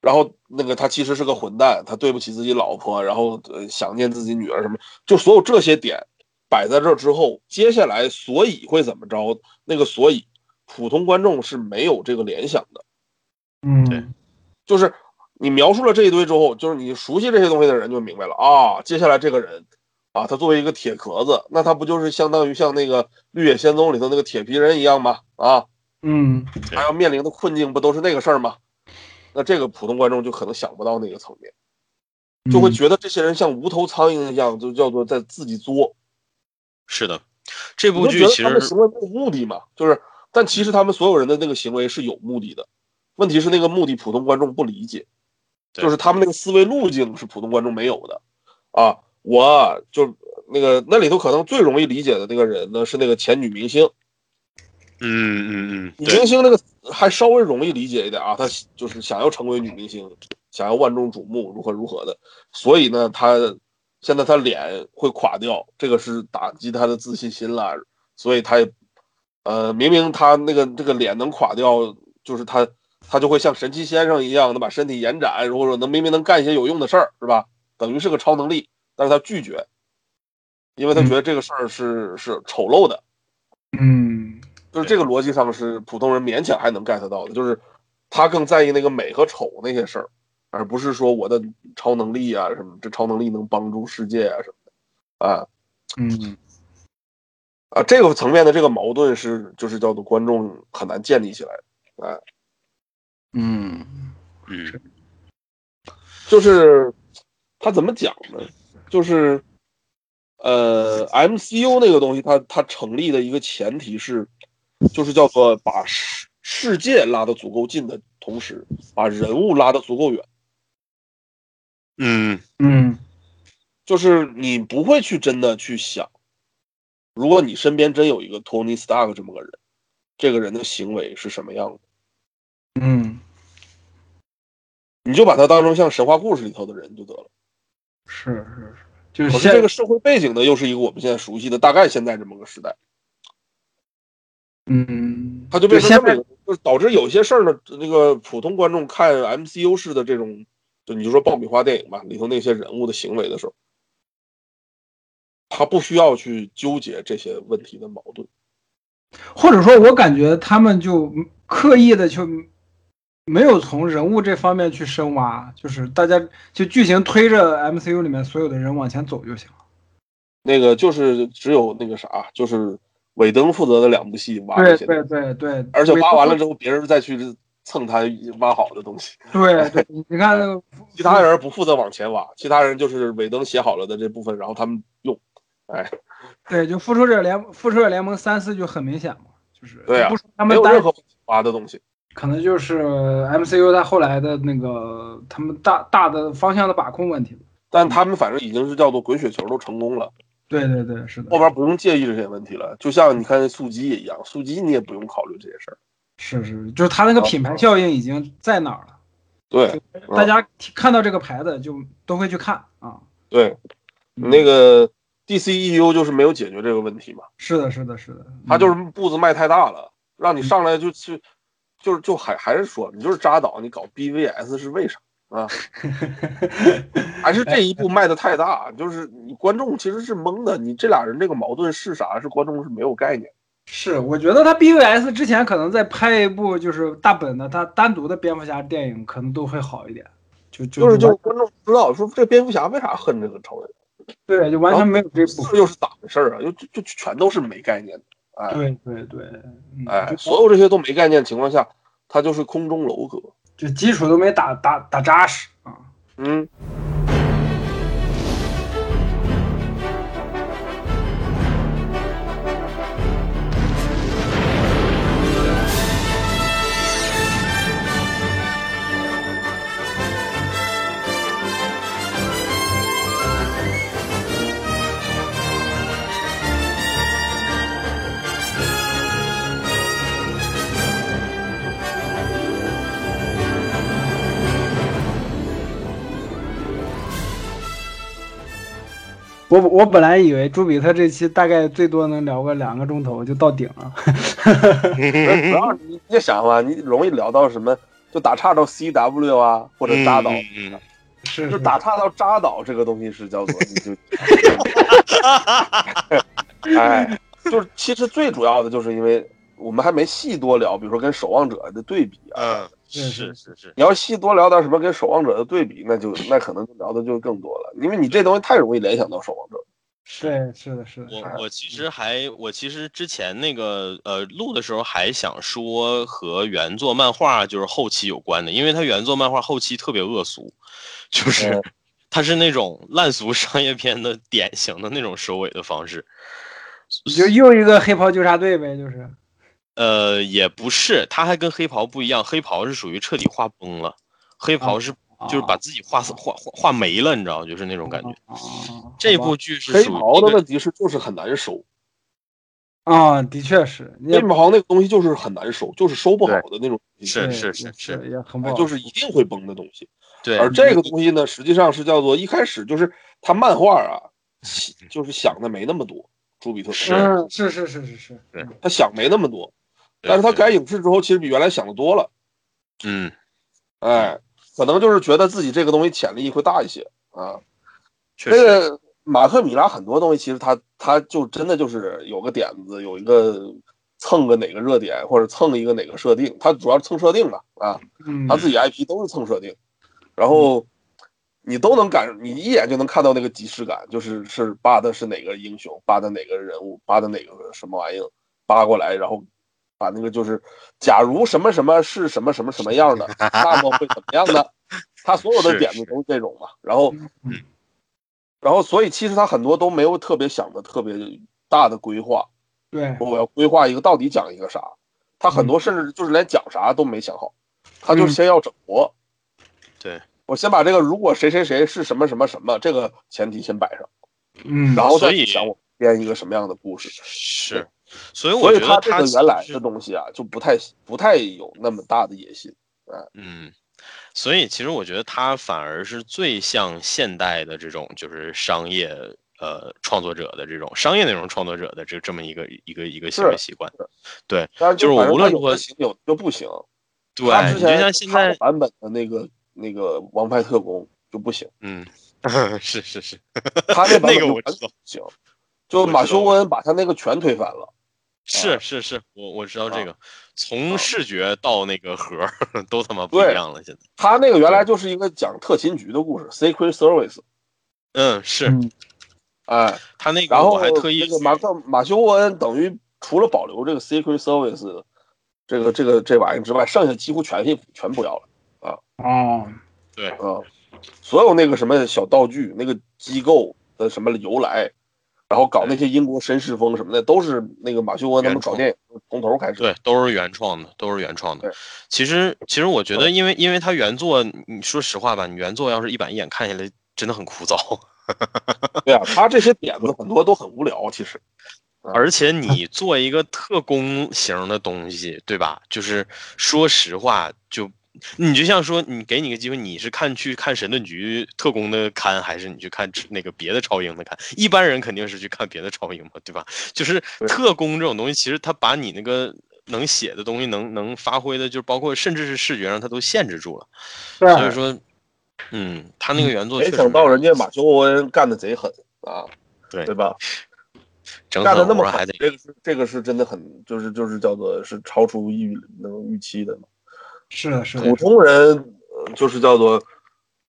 C: 然后那个他其实是个混蛋，他对不起自己老婆，然后呃想念自己女儿什么，就所有这些点摆在这儿之后，接下来所以会怎么着？那个所以，普通观众是没有这个联想的，
D: 嗯，
B: 对
C: 就是你描述了这一堆之后，就是你熟悉这些东西的人就明白了啊，接下来这个人。啊，他作为一个铁壳子，那他不就是相当于像那个《绿野仙踪》里头那个铁皮人一样吗？啊，
D: 嗯，
B: 对
C: 他要面临的困境不都是那个事儿吗？那这个普通观众就可能想不到那个层面，
D: 嗯
A: 嗯
C: 就会觉得这些人像无头苍蝇一样，就叫做在自己作。
B: 是的，这
C: 你
B: 部
C: 就
B: 剧
C: 觉得
B: 其
C: 他们
B: 实
C: 行为没有目的嘛，就是，但其实他们所有人的那个行为是有目的的，问题是那个目的普通观众不理解，
B: 对
C: 就是他们那个思维路径是普通观众没有的，啊，我啊就那个那里头可能最容易理解的那个人呢是那个前女明星，
B: 嗯嗯嗯，
C: 女
B: 对
C: 明星那个还稍微容易理解一点啊，她就是想要成为女明星，想要万众瞩目，如何如何的，所以呢，她现在她脸会垮掉，这个是打击她的自信心啦，所以她也呃，明明他那个这个脸能垮掉，就是他他就会像神奇先生一样，能把身体延展，如果说能明明能干一些有用的事儿，是吧？等于是个超能力，但是他拒绝，因为他觉得这个事儿是、是丑陋的，
A: 嗯
C: 就是这个逻辑上是普通人勉强还能 get 到的，就是他更在意那个美和丑那些事儿，而不是说我的超能力啊什么，这超能力能帮助世界啊什么的，啊，
A: 嗯
C: 啊，这个层面的这个矛盾是，就是叫做观众很难建立起来。
A: 嗯，
B: 嗯
C: 就是他怎么讲呢？就是呃，MCU 那个东西它，它成立的一个前提是，就是叫做把世世界拉得足够近的同时，把人物拉得足够远。
B: 嗯
A: 嗯
C: 就是你不会去真的去想，如果你身边真有一个 Tony Stark 这么个人，这个人的行为是什么样的？
A: 嗯，
C: 你就把他当成像神话故事里头的人就得了。
A: 是是是，就是
C: 可是
A: 现
C: 这个社会背景呢，又是一个我们现在熟悉的，大概现在这么个时代，
A: 嗯，
C: 它就变成
A: 现
C: 这么
A: 在
C: 一个，就是导致有些事儿呢，那个普通观众看 MCU 式的这种，就你就说爆米花电影吧，里头那些人物的行为的时候，他不需要去纠结这些问题的矛盾。
A: 或者说，我感觉他们就刻意的就没有从人物这方面去深挖，就是大家就剧情推着 MCU 里面所有的人往前走就行了。
C: 那个就是只有那个啥，就是韦登负责的两部戏挖
A: 对
C: 这些，
A: 对对对，
C: 而且挖完了
A: 之
C: 之后，别人再去蹭他挖好的东西。
A: 对 对，你看那个
C: 其他人不负责往前挖，其他人就是尾灯写好了的这部分，然后他们用。哎，
A: 对，就复仇者联复仇者联盟三四就很明显嘛，就是
C: 对啊
A: 就不说他
C: 没
A: 们
C: 有
A: 单
C: 任何往前挖的东西。
A: 可能就是 MCU 它后来的那个他们大大的方向的把控问题吧。
C: 但他们反正已经是叫做滚雪球都成功了，
A: 对对对，是的
C: 后，边不用介意这些问题了。就像你看速激也一样，速激你也不用考虑这些事儿。
A: 是是，就是它那个品牌效应已经在那儿了。
C: 对嗯
A: 大家提看到这个牌子就都会去看啊。
C: 对，
A: 嗯
C: 那个 DCEU 就是没有解决这个问题嘛，
A: 是的，是的，是的，
C: 他就是步子迈太大了，让你上来就去，就是就还还是说你就是扎导，你搞 BVS 是为啥啊？
A: 嗯
C: 还是这一步迈的太大， 就是你观众其实是懵的，你这俩人这个矛盾是啥，是观众是没有概念。
A: 是。我觉得他 BVS 之前可能在拍一部就是大本的他单独的蝙蝠侠电影，可能都会好一点。就就
C: 就是就是
A: 完
C: 观众不知道说这蝙蝠侠为啥恨这个超人，
A: 对，就完全没有这
C: 这
A: 部。
C: 又是咋回事儿啊？又就就全都是没概念的，哎
A: 对对对，嗯
C: 哎，
A: 就
C: 所有这些都没概念情况下，他就是空中楼阁。
A: 就基础都没打打打扎实啊。
C: 嗯，
A: 我我本来以为朱比特这期大概最多能聊个两个钟头就到顶了。
C: 主要是你你也想吧，你容易聊到什么，就打岔到 CW 啊，或者扎导，
B: 嗯嗯
A: 是
C: 就打岔到扎导这个东西是叫做你就，哎，就是其实最主要的就是因为我们还没细多聊，比如说跟守望者的对比啊，
B: 嗯，
A: 是
B: 是是是，
C: 你要细多聊点什么跟守望者的对比，那就那可能就聊的就更多了，因为你这东西太容易联想到守望者。
A: 对，是的，是的，是的
B: 我我
C: 嗯
B: 其实还我其实之前那个呃录的时候还想说和原作漫画就是后期有关的，因为它原作漫画后期特别恶俗，就是
C: 嗯
B: 它是那种烂俗商业片的典型的那种收尾的方式。
A: 你就又一个黑袍纠察队呗，就是。
B: 呃，也不是，它还跟黑袍不一样，黑袍是属于彻底画崩了，黑袍是
C: 哦
B: 就是把自己画死画画画没了，你知道吗，就是那种感觉。
A: 啊，
B: 这部剧是
C: 黑
B: 属于
C: 袍
B: 一个
C: 的问题是就是很难收，
A: 啊，的确是，你
C: 黑
A: 也
C: 袍那个东西就是很难收，就是收不好的那种东西，
B: 是
A: 对
B: 是是
A: 也
B: 是
A: 也很不
C: 哎
A: 好，
C: 就是一定会崩的东西。
B: 对
C: 而这个东西
B: 嗯
C: 呢，实际上是叫做一开始就是他漫画啊，起就是想的没那么多，朱比特，
B: 是
A: 嗯
D: 是是是是是，
B: 对
C: 他想没那么多，
B: 对
C: 但是他
B: 对
C: 改影视之后，其实比原来想的多了，
B: 嗯，
C: 哎，可能就是觉得自己这个东西潜力会大一些啊。
B: 确
C: 那
B: 实，
C: 个马克米拉很多东西，其实他他就真的就是有个点子，有一个蹭个哪个热点，或者蹭一个哪个设定，他主要是蹭设定吧啊，
D: 嗯
C: 他自己 IP 都是蹭设定，然后你都能感，你一眼就能看到那个即视感，就是是扒的是哪个英雄，扒的哪个人物，扒的哪个什么玩意儿，扒过来，然后把那个就是，假如什么什么是什么什么什么样的，那么会怎么样呢？他所有的
B: 是
C: 点子
B: 是
C: 都是这种嘛，然后
D: 嗯，
C: 然后所以其实他很多都没有特别想的特别大的规划，
D: 对
C: 我要规划一个到底讲一个啥，他
B: 嗯
C: 很多甚至就是连讲啥都没想好，他就
D: 嗯
C: 先要整活。
B: 对，
C: 我先把这个如果谁谁谁是什么什么什么这个前提先摆上，
D: 嗯
C: 然后
B: 所
C: 再
B: 以
C: 想我编一个什么样的故事。
B: 是，所以
C: 所
B: 我
C: 以
B: 觉得
C: 这个
B: 其
C: 原来
B: 实
C: 的东西啊，就不太不太有那么大的野心。
B: 嗯，所以其实我觉得他反而是最像现代的这种就是商业呃创作者的这种商业内容创作者的这这么一个一个一个行为习惯。
C: 但是
B: 就是我
C: 反正
B: 无论
C: 他有
B: 如何
C: 的行，有的就不行。
B: 对
C: 他，之
B: 你就
C: 前
B: 像现
C: 他的
B: 在，
C: 版本的那个那个《王牌特工》就不行，
B: 嗯，是是是，
C: 他那 版
B: 那
C: 本
B: 个
C: 就
B: 我
C: 完
B: 知道，
C: 全不行，就
B: 我知
C: 马
B: 道
C: 修·
B: 我
C: 恩把他那个全推翻了。
B: 是是是，我我知道这个，
C: 啊
B: 从视觉到那个盒儿 都他妈不一
C: 对
B: 样了，现在。
C: 他那个原来就是一个讲特勤局的故事，Secret Service，
B: 嗯，是
D: 嗯
C: 哎，
B: 他那个，
C: 然后
B: 我还特意
C: 这个马
B: 去
C: 克马修沃恩等于除了保留这个 Secret Service 这个这个这玩意儿之外，剩下几乎全全不要了
D: 哦，
B: 对，
C: 啊、所有那个什么小道具、那个机构的什么由来，然后搞那些英国绅士风什么的，都是那个马修沃恩他们搞电影从头开始。
B: 对，都是原创的，都是原创的
C: 对。嗯
B: 其实，其实我觉得，因为因为它原作，你说实话吧，你原作要是一板一眼看下来，真的很枯燥。
C: 对啊，他这些点子很多都很无聊，其实
B: 而且你做一个特工型的东西，对吧？就是说实话，就你就像说，你给你个机会，你是看去看神盾局特工的刊，还是你去看那个别的超英的刊？一般人肯定是去看别的超英嘛，对吧？就是
C: 对
B: 特工这种东西，其实它把你那个能写的东西能能发挥的，就是包括甚至是视觉上，它都限制住了。
D: 对
B: 所以说，嗯，他那个原作
C: 没
B: 确实
C: 想到
B: 没有
C: 人家马修沃恩干的贼狠啊，
B: 对
C: 对吧？
B: 整
C: 干的
B: 狠
C: 那
B: 活
C: 么
B: 儿还
C: 狠
B: 得，
C: 这个是这个是真的很，就是就是叫做是超出预能预期的嘛。
D: 是的，是
C: 普
D: 的，
C: 通人、呃就是叫做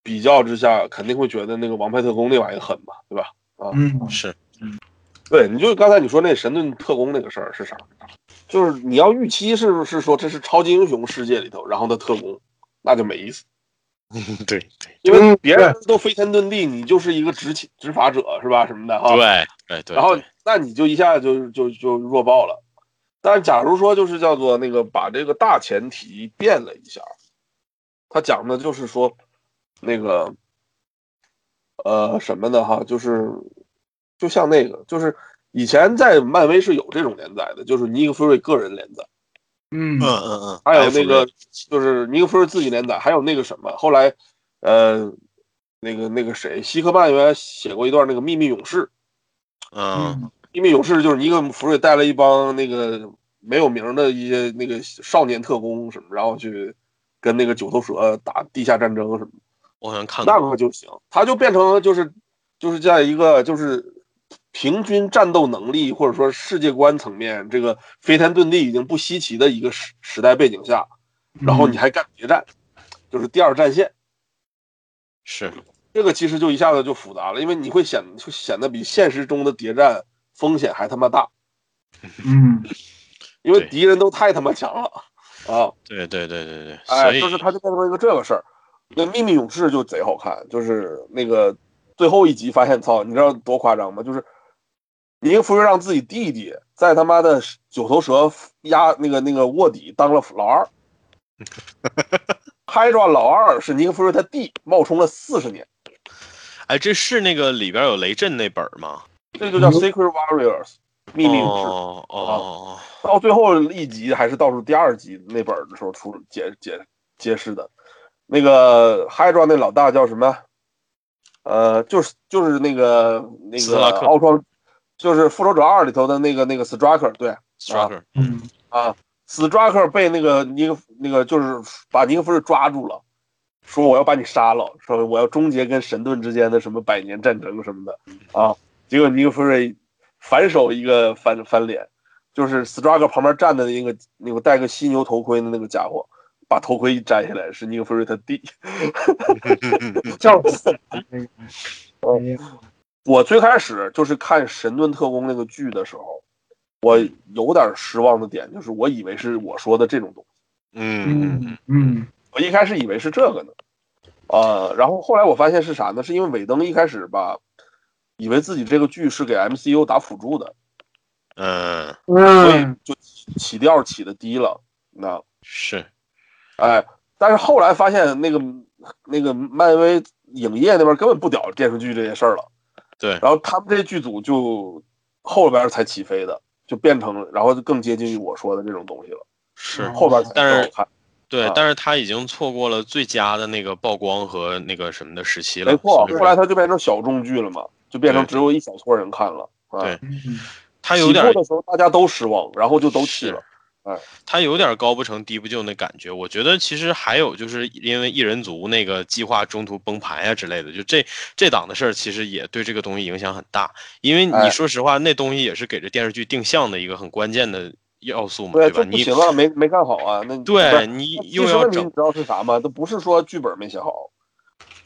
C: 比较之下，肯定会觉得那个《王牌特工》那玩意儿狠嘛，对吧？
D: 嗯，
B: 是
C: 对，你就刚才你说那神盾特工那个事儿是啥？就是你要预期是是说这是超级英雄世界里头，然后的特工，那就没意思，
B: 对对
C: 因为
D: 嗯
C: 别人都飞天遁地，你就是一个执勤执法者是吧？什么的哈。
B: 对对对，
C: 哦然后
B: 对
C: 那你就一下就就就弱爆了。但是假如说就是叫做那个把这个大前提变了一下，他讲的就是说那个呃什么呢哈，就是就像那个就是以前在漫威是有这种连载的，就是尼克弗瑞个人连载，
D: 嗯
B: 嗯嗯嗯，
C: 还有
B: 哎
C: 那个就是尼克弗瑞自己连载，还有那个什么后来呃那个那个谁希克曼原来写过一段那个秘密勇士，
B: 嗯，
C: 秘密勇士就是尼克弗瑞带了一帮那个没有名儿的一些那个少年特工什么，然后去跟那个九头蛇打地下战争什么，
B: 我好像看
C: 那
B: 过，
C: 个就行。他就变成就是就是在一个就是平均战斗能力或者说世界观层面，这个飞天遁地已经不稀奇的一个时时代背景下，然后你还干谍战，就是第二战线。
B: 是
C: 这个其实就一下子就复杂了，因为你会显就显得比现实中的谍战风险还他妈大。
D: 嗯，
C: 因为
B: 对
C: 敌人都太他妈强了啊！
B: 对对对对对，所
C: 哎，
B: 以
C: 就是他就变成一个这个事儿。那秘密勇士就贼好看，就是那个最后一集发现，操，你知道多夸张吗？就是尼克弗瑞让自己弟弟在他妈的九头蛇压那个那个卧底当了 老二，拍抓老二是尼克弗瑞他弟冒充了四十年，
B: 哎，这是那个里边有雷震那本儿吗？
C: 这
B: 嗯
C: 就叫 Secret Warriors 秘密啊勇士。
B: 哦哦哦，哦
C: 到最后一集还是倒数第二集那本儿的时候出解解揭示的，那个 Hydra 那老大叫什么？呃，就是就是那个那
B: 斯
C: 个
B: 拉克
C: 奥创就是《复仇者二》里头的那个那个 Strucker，对
B: Strucker，
A: 嗯，
C: 啊，Strucker 被那个尼克那个就是把尼克弗瑞抓住了，说我要把你杀了，说我要终结跟神盾之间的什么百年战争什么的啊。结果尼克弗瑞反手一个翻翻脸，就是 Strucker 旁边站的那个那个戴个犀牛头盔的那个家伙。把头盔一摘下来，是尼克弗瑞他弟，
B: 嗯
A: 嗯
C: 笑死！我最开始就是看《神盾特工》那个剧的时候，我有点失望的点就是，我以为是我说的这种东西，
B: 嗯，
A: 嗯嗯
C: 我一开始以为是这个呢，呃，然后后来我发现是啥呢？是因为尾灯一开始吧，以为自己这个剧是给 MCU 打辅助的，
B: 嗯，
C: 所以
A: 嗯，
C: 就起调起的低了，那
B: 是，
C: 哎，但是后来发现那个那个漫威影业那边根本不屌电视剧这些事儿了，
B: 对，
C: 然后他们这剧组就后边才起飞的，就变成然后就更接近于我说的这种东西了，
B: 是，
C: 后边才
B: 但是
C: 更好看。
B: 对
C: 啊，
B: 但是他已经错过了最佳的那个曝光和那个什么的时期了。
C: 没错，
B: 所以说
C: 后来它就变成小众剧了嘛，就变成
B: 对
C: 只有一小撮人看了。啊
B: 对
A: 嗯
B: 他有点
C: 起步的时候大家都失望，然后就都弃了。
B: 他有点高不成低不就那感觉。我觉得其实还有就是因为一人族那个计划中途崩盘呀之类的，就这这档的事儿，其实也对这个东西影响很大。因为
C: 哎
B: 你说实话，那东西也是给这电视剧定向的一个很关键的要素嘛，
C: 对，
B: 吧
C: 这？不
B: 你
C: 行啊，没没干好啊。那不
B: 对
C: 是
B: 你
C: 那
B: 又
C: 其实
B: 要
C: 问题你
B: 整
C: 知道是啥吗？都不是说剧本没写好，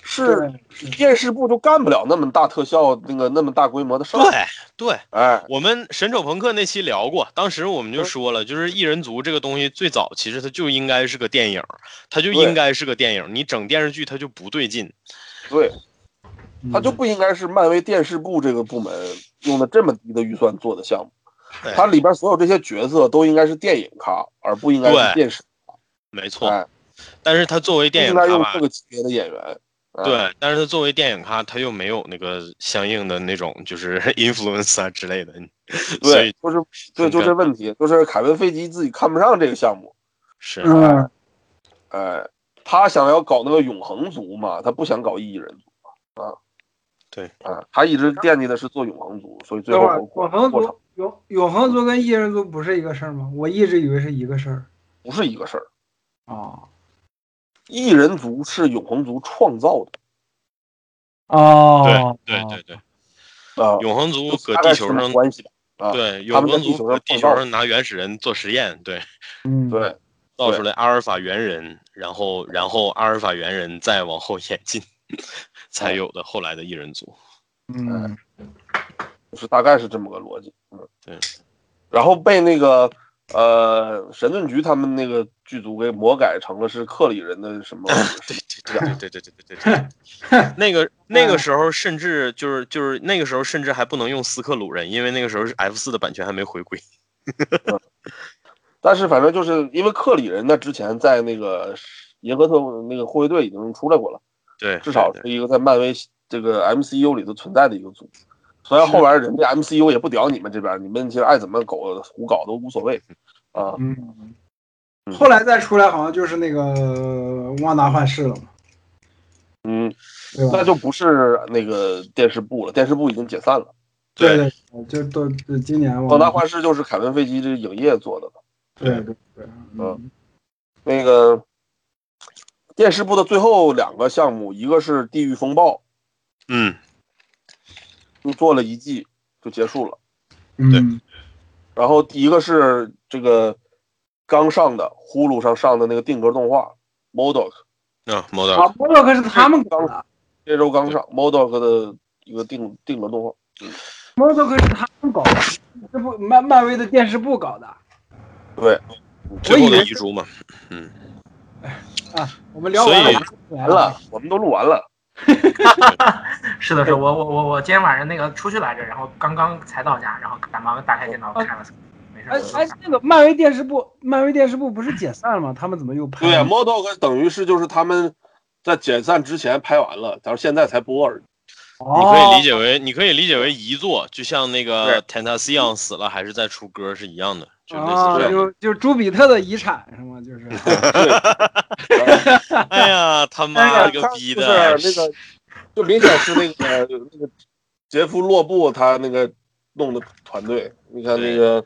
C: 是
A: 是
C: 电视部就干不了那么大特效，那个那么大规模的事
B: 对
C: 儿。
B: 对。
C: 哎，
B: 我们神丑朋克那期聊过，当时我们
C: 嗯
B: 就说了，就是异人族这个东西最早其实它就应该是个电影，它就
C: 对
B: 应该是个电影，你整电视剧它就不对劲。
C: 对，它就
A: 嗯
C: 不应该是漫威电视部这个部门用的这么低的预算做的项目
B: 对。
C: 它里边所有这些角色都应该是电影咖，而不应该
B: 对
C: 是电视。
B: 没错，
C: 哎，
B: 但是它作为
C: 不
B: 电影
C: 应该
B: 咖
C: 用
B: 吧
C: 这，个级别的演员。哎，
B: 对，但是它作为电影咖，它又没有那个相应的那种就是 influence 啊之类的，所以
C: 对，就是对，
B: 很
C: 就
B: 尴
C: 这问题，就是凯文·费基自己看不上这个项目，
B: 是
A: 嗯
C: 哎，他想要搞那个永恒族嘛，他不想搞异人族嘛，啊，
B: 对，
C: 啊，他一直惦记的是做永恒族，所以最
A: 等
C: 后
A: 会儿
C: 我
A: 永恒
C: 过程
A: 族永永恒族跟异人族不是一个事儿吗？我一直以为是一个事儿。
C: 不是一个事儿，
A: 哦
C: 异人族是永恒族创造
A: 哦，
B: 对对对，
C: 的啊，
B: 永恒族
C: 就
B: 搁
C: 大概
B: 地
C: 是
B: 球
C: 什么
B: 上。
C: 关系吧？啊
B: 对，
C: 他
B: 永
C: 们在
B: 恒
C: 地
B: 族
C: 球
B: 搁
C: 上
B: 地
C: 创
B: 球
C: 造
B: 上拿原始人做实验，对，
A: 嗯
C: 对，
B: 造
C: 对
B: 出来阿尔法猿人，然后然后阿尔法猿人再往后演进，才有的后来的异人
C: 哦
B: 族。
A: 嗯
C: 就是大概是这么个逻辑。嗯，
B: 对。
C: 然后被那个呃神盾局他们那个剧组给魔改成了是克里人的 什么
B: 对对对对对对对对对 对，那个那
C: 嗯
B: 个时候甚至就是就是那个时候甚至还不能用斯克鲁人，因为那个时候是 F 四的版权还没回归。
C: 但是反正就是因为克里人呢，之前在那个银河特那个护卫队已经出来过了，
B: 对，
C: 至少
B: 对
C: 是一个在漫威这个 MCU 里头存在的一个组。虽然后边人家 MCU 也不屌你们这边，你们其实爱怎么搞胡搞都无所谓啊。
A: 嗯
C: 嗯。
A: 后来再出来好像就是那个旺达幻视了嘛，
C: 嗯，
A: 对吧
C: 那？就不是那个电视部了，电视部已经解散了。
A: 对
B: 对，
A: 对，就都就今年
C: 《旺
A: 旺
C: 达幻视》就是凯文·费基这影业做的。
A: 对对对，嗯
C: 那个电视部的最后两个项目，一个是《地狱风暴
B: 嗯，》，
C: 就做了一季就结束了，
B: 对
A: 嗯
C: 然后一个是这个刚上的呼噜上上的那个定格动画《Modoc》，
B: 啊，毛导
A: 啊，波洛克是他们搞的，
C: 这周刚上《Modoc》的一个定定格动画。
A: 波洛克是他们搞的，这不漫漫威的电视部搞的
C: 对，
B: 最后
A: 我以
B: 的
A: 为
B: 遗嘱嘛，
A: 啊。我们聊完
B: 所以
A: 了，完
C: 完，了，我们都录完 了。
E: 是的，是的我我我我今天晚上那个出去来着，然后刚刚才到家，然后赶忙打开电脑看了，没事。
A: 哦哎
E: 我就
A: 哎，那个漫威电视部，漫威电视部不是解散了吗？他们怎么又拍
C: 对，
B: 啊
C: 《
A: 了？
C: Modoc》等于是就是他们在解散之前拍完了，然后现在才播而已。
A: 哦
B: 你可以理
A: 解。
B: 解为你可以理解为遗作，就像那个
C: 对
B: Tentacion 死了还是在出歌是一样的，就类
A: 啊，
B: 似这样。
A: 就就朱比特的遗产是吗？ 就是，
B: 哎呀，他妈
C: 啊
B: 了个逼的！
C: 呃就是那个，就明显是那个那个杰夫·洛布他那个弄的团队。你看那个，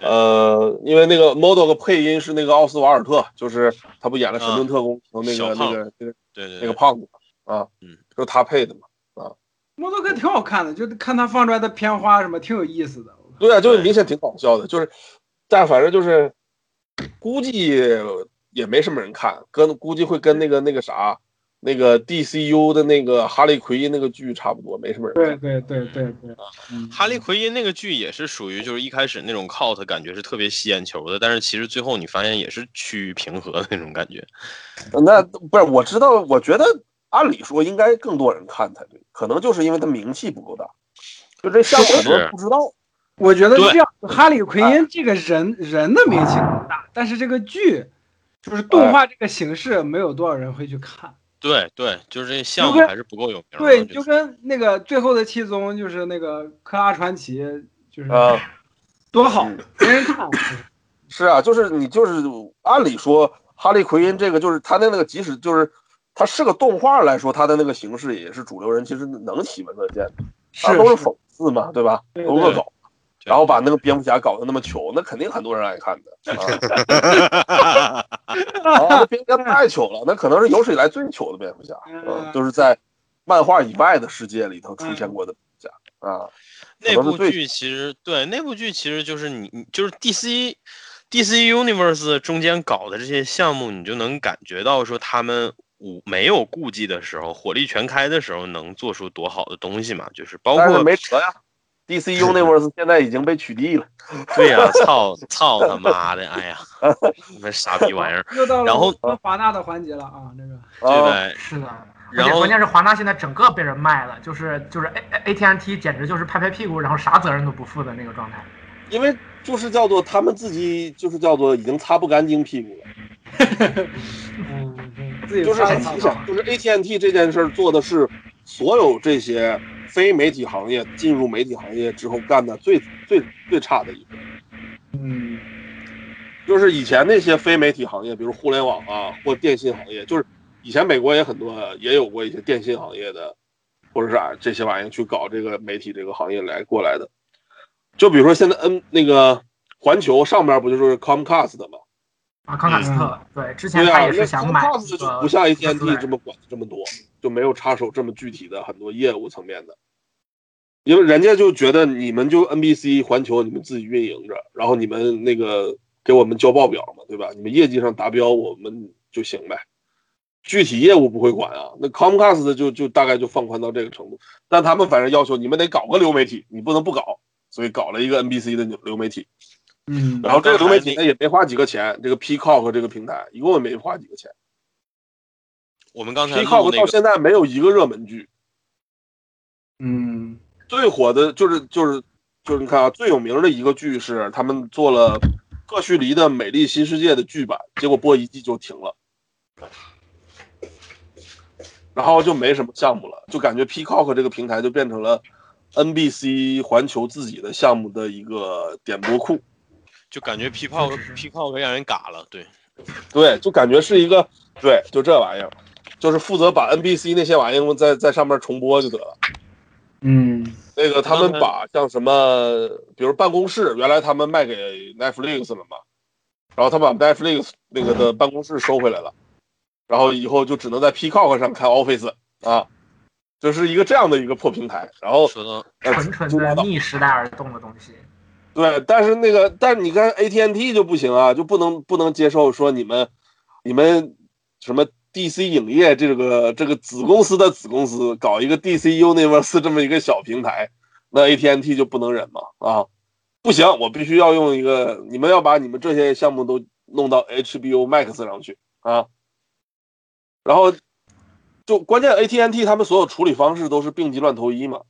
C: 呃，因为那个 model 的配音是那个奥斯瓦尔特，就是他不演了《神盾特工》那
B: 啊小
C: 个那
B: 胖
C: 个那个
B: 对对
C: 那个胖子啊
B: 嗯，
C: 就是他配的嘛。
A: 摩托哥挺好看的，就看他放出来的片花什么，挺有意思的。
C: 对啊，就是
B: 对
C: 明显挺搞笑的，就是，但反正就是，估计也没什么人看，跟估计会跟那个那个啥，那个 DCU 的那个哈利奎因那个剧差不多，没什么人看。
A: 对对对对对，嗯
B: 哈利奎因那个剧也是属于就是一开始那种 cult 感觉是特别吸眼球的，但是其实最后你发现也是趋于平和的那种感觉。
C: 那不是我知道，我觉得按理说应该更多人看才对，可能就是因为他名气不够大，就这项目很多人不知道。
A: 我觉得是
B: 对
A: 这样，哈利奎
C: 啊
A: 因这个人人的名气很大，但是这个剧就是动画这个形式，没有多少人会去看。
B: 对对，就是这项
A: 就
B: 目
A: 跟
B: 还是不够有名儿。
A: 对，
B: 我觉
A: 就
B: 得
A: 跟那个最后的七宗，就是那个科拉传奇，就是
C: 啊
A: 多好
C: 嗯，
A: 没人看。
C: 是啊，就是你就是按理说，哈利奎因这个就是他的那个，即使就是他是个动画来说，他的那个形式也是主流人其实能喜闻乐见的，
A: 是
C: 他啊都是
A: 是
C: 讽刺嘛，对吧？
A: 对
C: 恶
B: 对
C: 搞，
B: 对
C: 然后把那个蝙蝠侠搞得那么糗，那肯定很多人爱看的。啊，啊那蝙蝠侠太糗了，那可能是有史以来最糗的蝙蝠侠，嗯，
A: 嗯
C: 就是在漫画以外的世界里头出现过的蝙蝠侠啊，
B: 那
C: 可
B: 部
C: 能是最
B: 剧其实对那部剧其实就是你你就是 DC DC Universe 中间搞的这些项目，你就能感觉到说他们无没有顾忌的时候，火力全开的时候能做出多好的东西嘛？就是包
C: 但是
B: 括
C: 没辙呀。DC Universe 现在已经被取缔了，
B: 对 呀、操操他妈的，哎呀，你们傻逼 玩意儿，
A: 又到
B: 然后
A: 了跟华纳的环节了啊，这个
B: 对
C: 啊，
B: 呗？
E: 是的，而
B: 然
E: 且
B: 后
E: 关键是华纳现在整个被人卖了，就是就是 A A T N T 简直就是拍拍屁股，然后啥责任都不负的那个状态。
C: 因为就是叫做他们自己就是叫做已经擦不干净屁股了，
A: 自己
C: 就是
A: 发
C: 很
A: 的
C: 明显，就是 AT&T 这件事儿做的是所有这些非媒体行业进入媒体行业之后干的最最最差的一个。
A: 嗯，
C: 就是以前那些非媒体行业，比如互联网啊或电信行业，就是以前美国也很多也有过一些电信行业的，或者是啊这些玩意儿去搞这个媒体这个行业来过来的。就比如说现在 N 那个环球上面不就是 Comcast 的吗？
E: 啊，康卡斯特，对，之前
C: 对
E: 他
C: 啊，
E: 也是想买
C: 那 Comcast
E: 这
C: 就
E: 个嗯
C: 不像
E: 公司
C: AT&T
E: 来
C: 这么管的这么多，就没有插手这么具体的很多业务层面的，因为人家就觉得你们就 NBC 环球你们自己运营着，然后你们那个给我们交报表嘛，对吧？你们业绩上达标我们就行呗，具体业务不会管啊。那 Comcast 就就大概就放宽到这个程度，但他们反正要求你们得搞个流媒体，你不能不搞，所以搞了一个 NBC 的流媒体。
A: 嗯
C: 然后这个流媒体呢也没花几个钱，这个 Peacock 这个平台一共也没花几个钱。
B: 我们刚才录
C: Peacock
B: 那
C: 到
B: 个
C: 现在没有一个热门剧，
A: 嗯
C: 最火的就是就是就是你看啊，最有名的一个剧是他们做了赫胥黎的《美丽新世界》的剧版，结果播一季就停了，然后就没什么项目了，就感觉 Peacock 这个平台就变成了 NBC 环球自己的项目的一个点播库。
B: 就感觉 Peacock
E: 是
B: Peacock 让人嘎了，对。
C: 对，就感觉是一个对，就这玩意儿，就是负责把 NBC 那些玩意儿在在上面重播就得了。
A: 嗯
C: 那个他们
B: 刚才
C: 把像什么，比如办公室，原来他们卖给 Netflix 了嘛，然后他把 Netflix 那个的办公室收回来了，然后以后就只能在 Peacock 上看 Office 啊，就是一个这样的一个破平台。然后
B: 说到
C: 呃
E: 纯纯
C: 中国
E: 的
C: 岛
E: 逆时代而动的东西。
C: 对，但是那个，但是你看 AT&T 就不行啊，就不能不能接受说你们你们什么 DC 影业这个这个子公司的子公司搞一个 DC Universe 这么一个小平台，那 AT&T 就不能忍嘛啊，不行，我必须要用一个，你们要把你们这些项目都弄到 HBO Max 上去啊，然后就关键 AT&T 他们所有处理方式都是病急乱投医嘛，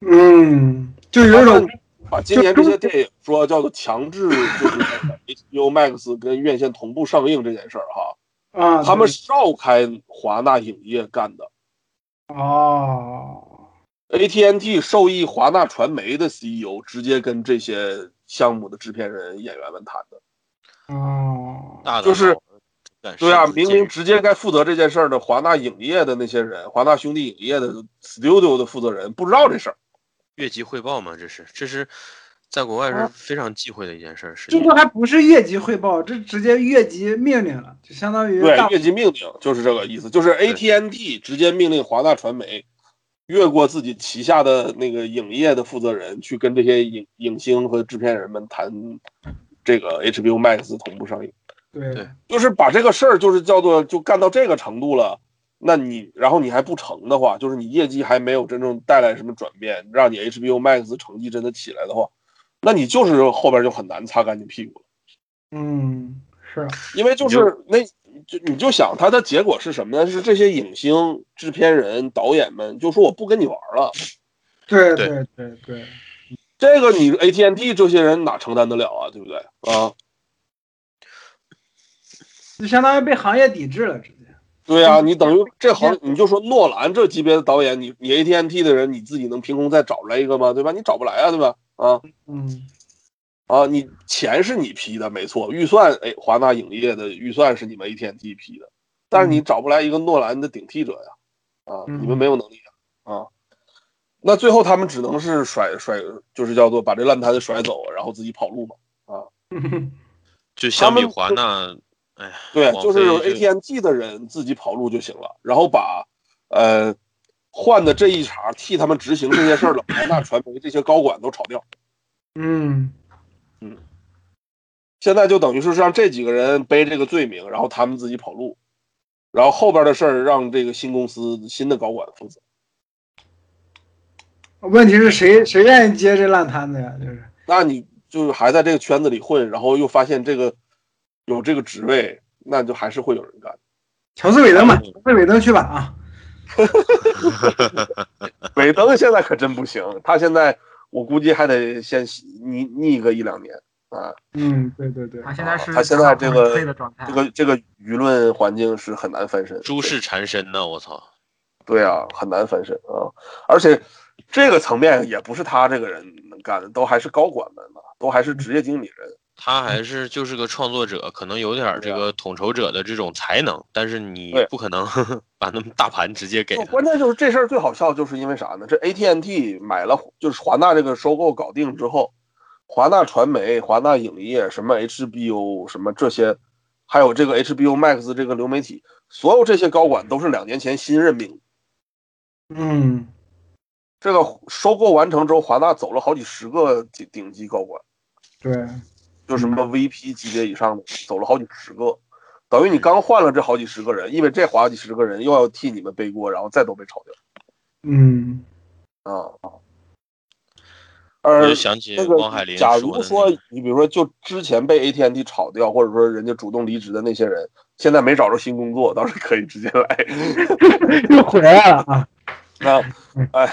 A: 嗯，就有一种
C: 把今年这些电影说叫做强制，就是 HBO Max 跟院线同步上映这件事儿哈，
A: 啊，
C: 他们
A: 对
C: 绕开华纳影业干的
A: 哦，
C: ，AT&T 受益华纳传媒的 CEO 直接跟这些项目的制片人、演员们谈的。
A: 哦，
B: 大的
C: 就是
B: 脑敢
C: 对啊，
B: 深自
C: 明
B: 进
C: 明
B: 入
C: 直接该负责这件事儿的华纳影业的那些人，华纳兄弟影业的 Studio 的负责人不知道这事儿，
B: 越级汇报嘛，这是这是在国外
C: 啊
B: 是非常忌讳的一件事儿。是
A: 这都还不是越级汇报，这直接越级命令了，就相当于
C: 对
A: 大
C: 越级命令就是这个意思，就是 AT&T 直接命令华纳传媒越过自己旗下的那个影业的负责人，去跟这些影影星和制片人们谈这个 HBO Max 同步上映，
A: 对
B: 对
C: 就是把这个事儿就是叫做就干到这个程度了。那你，然后你还不成的话，就是你业绩还没有真正带来什么转变，让你 HBO Max 成绩真的起来的话，那你就是后边就很难擦干净屁股了。
A: 嗯是
C: 因为就是那，就你就想它的结果是什么呢？是这些影星、制片人、导演们就说我不跟你玩了，
A: 对
B: 对
A: 对对对，
C: 这个你 AT&T 这些人哪承担得了啊？对不对啊？
A: 就相当于被行业抵制了，直接
C: 对啊，你等于这行你就说诺兰这级别的导演，你你 AT&T 的人你自己能凭空再找出来一个吗？对吧？你找不来啊，对吧？啊
A: 嗯
C: 啊，你钱是你批的，没错，预算哎，华纳影业的预算是你们 AT&T 批的，但是你找不来一个诺兰的顶替者呀，啊，
A: 嗯
C: 你们没有能力啊，啊，那最后他们只能是甩甩，就是叫做把这烂摊子甩走，然后自己跑路嘛。
B: 就相比
C: 他们
B: 华纳，哎呀，
C: 对，
B: 网
C: 就
B: 飞
C: 是
B: 这
C: AT&T 的人自己跑路就行了，然后把呃换的这一茬替他们执行这些事儿的华纳传媒这些高管都炒掉，
A: 嗯
C: 现在就等于是让这几个人背这个罪名，然后他们自己跑路，然后后边的事儿让这个新公司新的高管负责。
A: 问题是谁谁愿意接这烂摊子呀？就是
C: 那你就是还在这个圈子里混，然后又发现这个有这个职位，那就还是会有人 干。
A: 乔斯韦登吧，
C: 嗯
A: 乔斯韦登去吧啊，
C: 韦登现在可真不行，他现在我估计还得先腻腻个一两年啊。
A: 嗯对对对，
E: 他现在是
C: 他现在这个
E: 退的状态，
C: 这个这个舆论环境是很难翻身，
B: 诸事缠身呢，我操！
C: 对啊，很难翻身啊。而且这个层面也不是他这个人能干的，都还是高管们嘛，都还是职业经理人。
B: 他还是就是个创作者，可能有点儿这
C: 嗯对啊
B: 个统筹者的这种才能，但是你
C: 对
B: 不可能 把那么大盘直接给
C: 就
B: 他。
C: 关键就是这事儿最好笑，就是因为啥呢？这 AT&T 买了，就是华纳这个收购搞定之后，华纳传媒、华纳影业、什么 HBO、什么这些，还有这个 HBO Max 这个流媒体，所有这些高管都是两年前新任命的。
A: 嗯
C: 这个收购完成之后，华纳走了好几十个顶顶级高管，
A: 对，
C: 就是什么 VP 级别以上的，走了好几十个。等于你刚换了这好几十个人，因为这好几十个人又要替你们背锅，然后再都被炒
A: 嗯
C: 掉啊。
B: 我
C: 而
B: 就想起
C: 那个，
B: 汪海林
C: 假
B: 的
C: 如
B: 那
C: 说
B: 个
C: 你比如说就之前被 AT&T 炒掉，或者说人家主动离职的那些人，现在没找着新工作，倒是可以直接来。
A: 又回来了啊，
C: 那哎，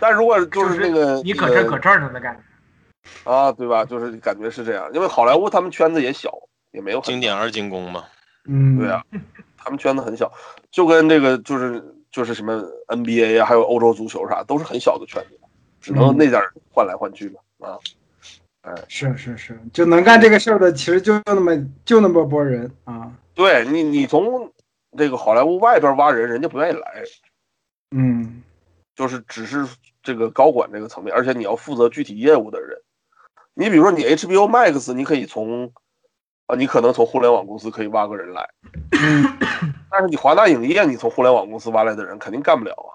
C: 但如果就是那个
E: 你
C: 那
E: 搁
C: 个
E: 这搁这儿呢的感觉。
C: 啊，对吧？就是感觉是这样，因为好莱坞他们圈子也小，也没有很
B: 经典二进宫嘛，
A: 嗯
C: 对啊，他们圈子很小，就跟这个就是就是什么 NBA 啊，还有欧洲足球啥，都是很小的圈子，只能那点儿换来换去嘛。啊，
A: 是是是，就能干这个事儿的，其实就那么就那么波人啊，
C: 对你你从这个好莱坞外边挖人，人家不愿意来，
A: 嗯
C: 就是只是这个高管这个层面，而且你要负责具体业务的人。你比如说你 HBO Max，你可以从啊，你可能从互联网公司可以挖个人来，
A: 嗯
C: 但是你华纳影业，你从互联网公司挖来的人肯定干不了啊。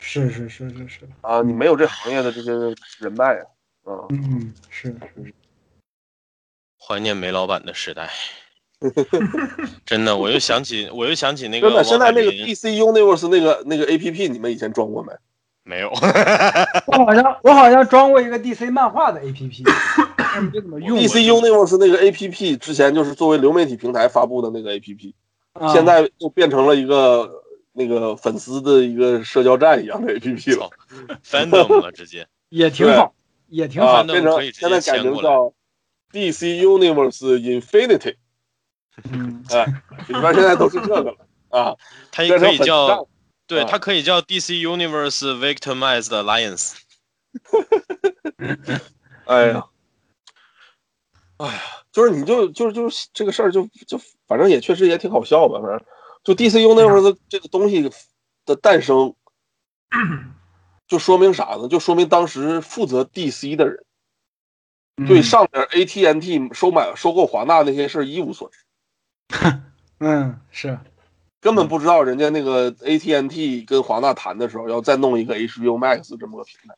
A: 是是是是是，
C: 啊，你没有这行业的这些人脉啊，嗯，
A: 嗯是是是，
B: 怀念梅老板的时 代。真的，我又想起，我又想起那个
C: 真的，
B: 汪
C: 现在
B: 海
C: 那个
B: 林
C: DC Universe 那个那个 APP，你们以前装过没？
B: 没有，
A: 我好像我好像装过一个 DC 漫画的 APP，但
C: 嗯
A: 是没怎么用过。啊
C: DC Universe 那个 APP 之前就是作为流媒体平台发布的那个 APP，、
A: 啊
C: 现在又变成了一个那个粉丝的一个社交站一样的 APP 了
B: 操，，fandom 了直接。
A: 也挺好，也挺
C: 啊，
A: 好。
B: Fandom
C: 变成
B: 可以直接
C: 现在改
B: 迁
C: 名
B: 过来
C: 叫 DC Universe Infinity，
A: 嗯
C: 哎，里边现在都是这 个了啊，
B: 它也
C: 变
B: 可
C: 成
B: 以
C: 粉丝站
B: 叫，对，
C: 啊
B: 它可以叫 DC Universe Victimized Alliance。
C: 哎呀，哎呀，就是你就就是就是这个事儿就就反正也确实也挺好笑吧，反
A: 啊嗯
C: 正就 DC U 那会儿的这个东西的诞生，就说明啥呢？就说明当时负责 DC 的人
A: 嗯
C: 对上面 AT&T 收买、收购华纳那些事儿一无所知，
A: 嗯，是，嗯
C: 根本不知道人家那个 AT&T 跟华纳谈的时候要再弄一个 HBO Max 这么个平台。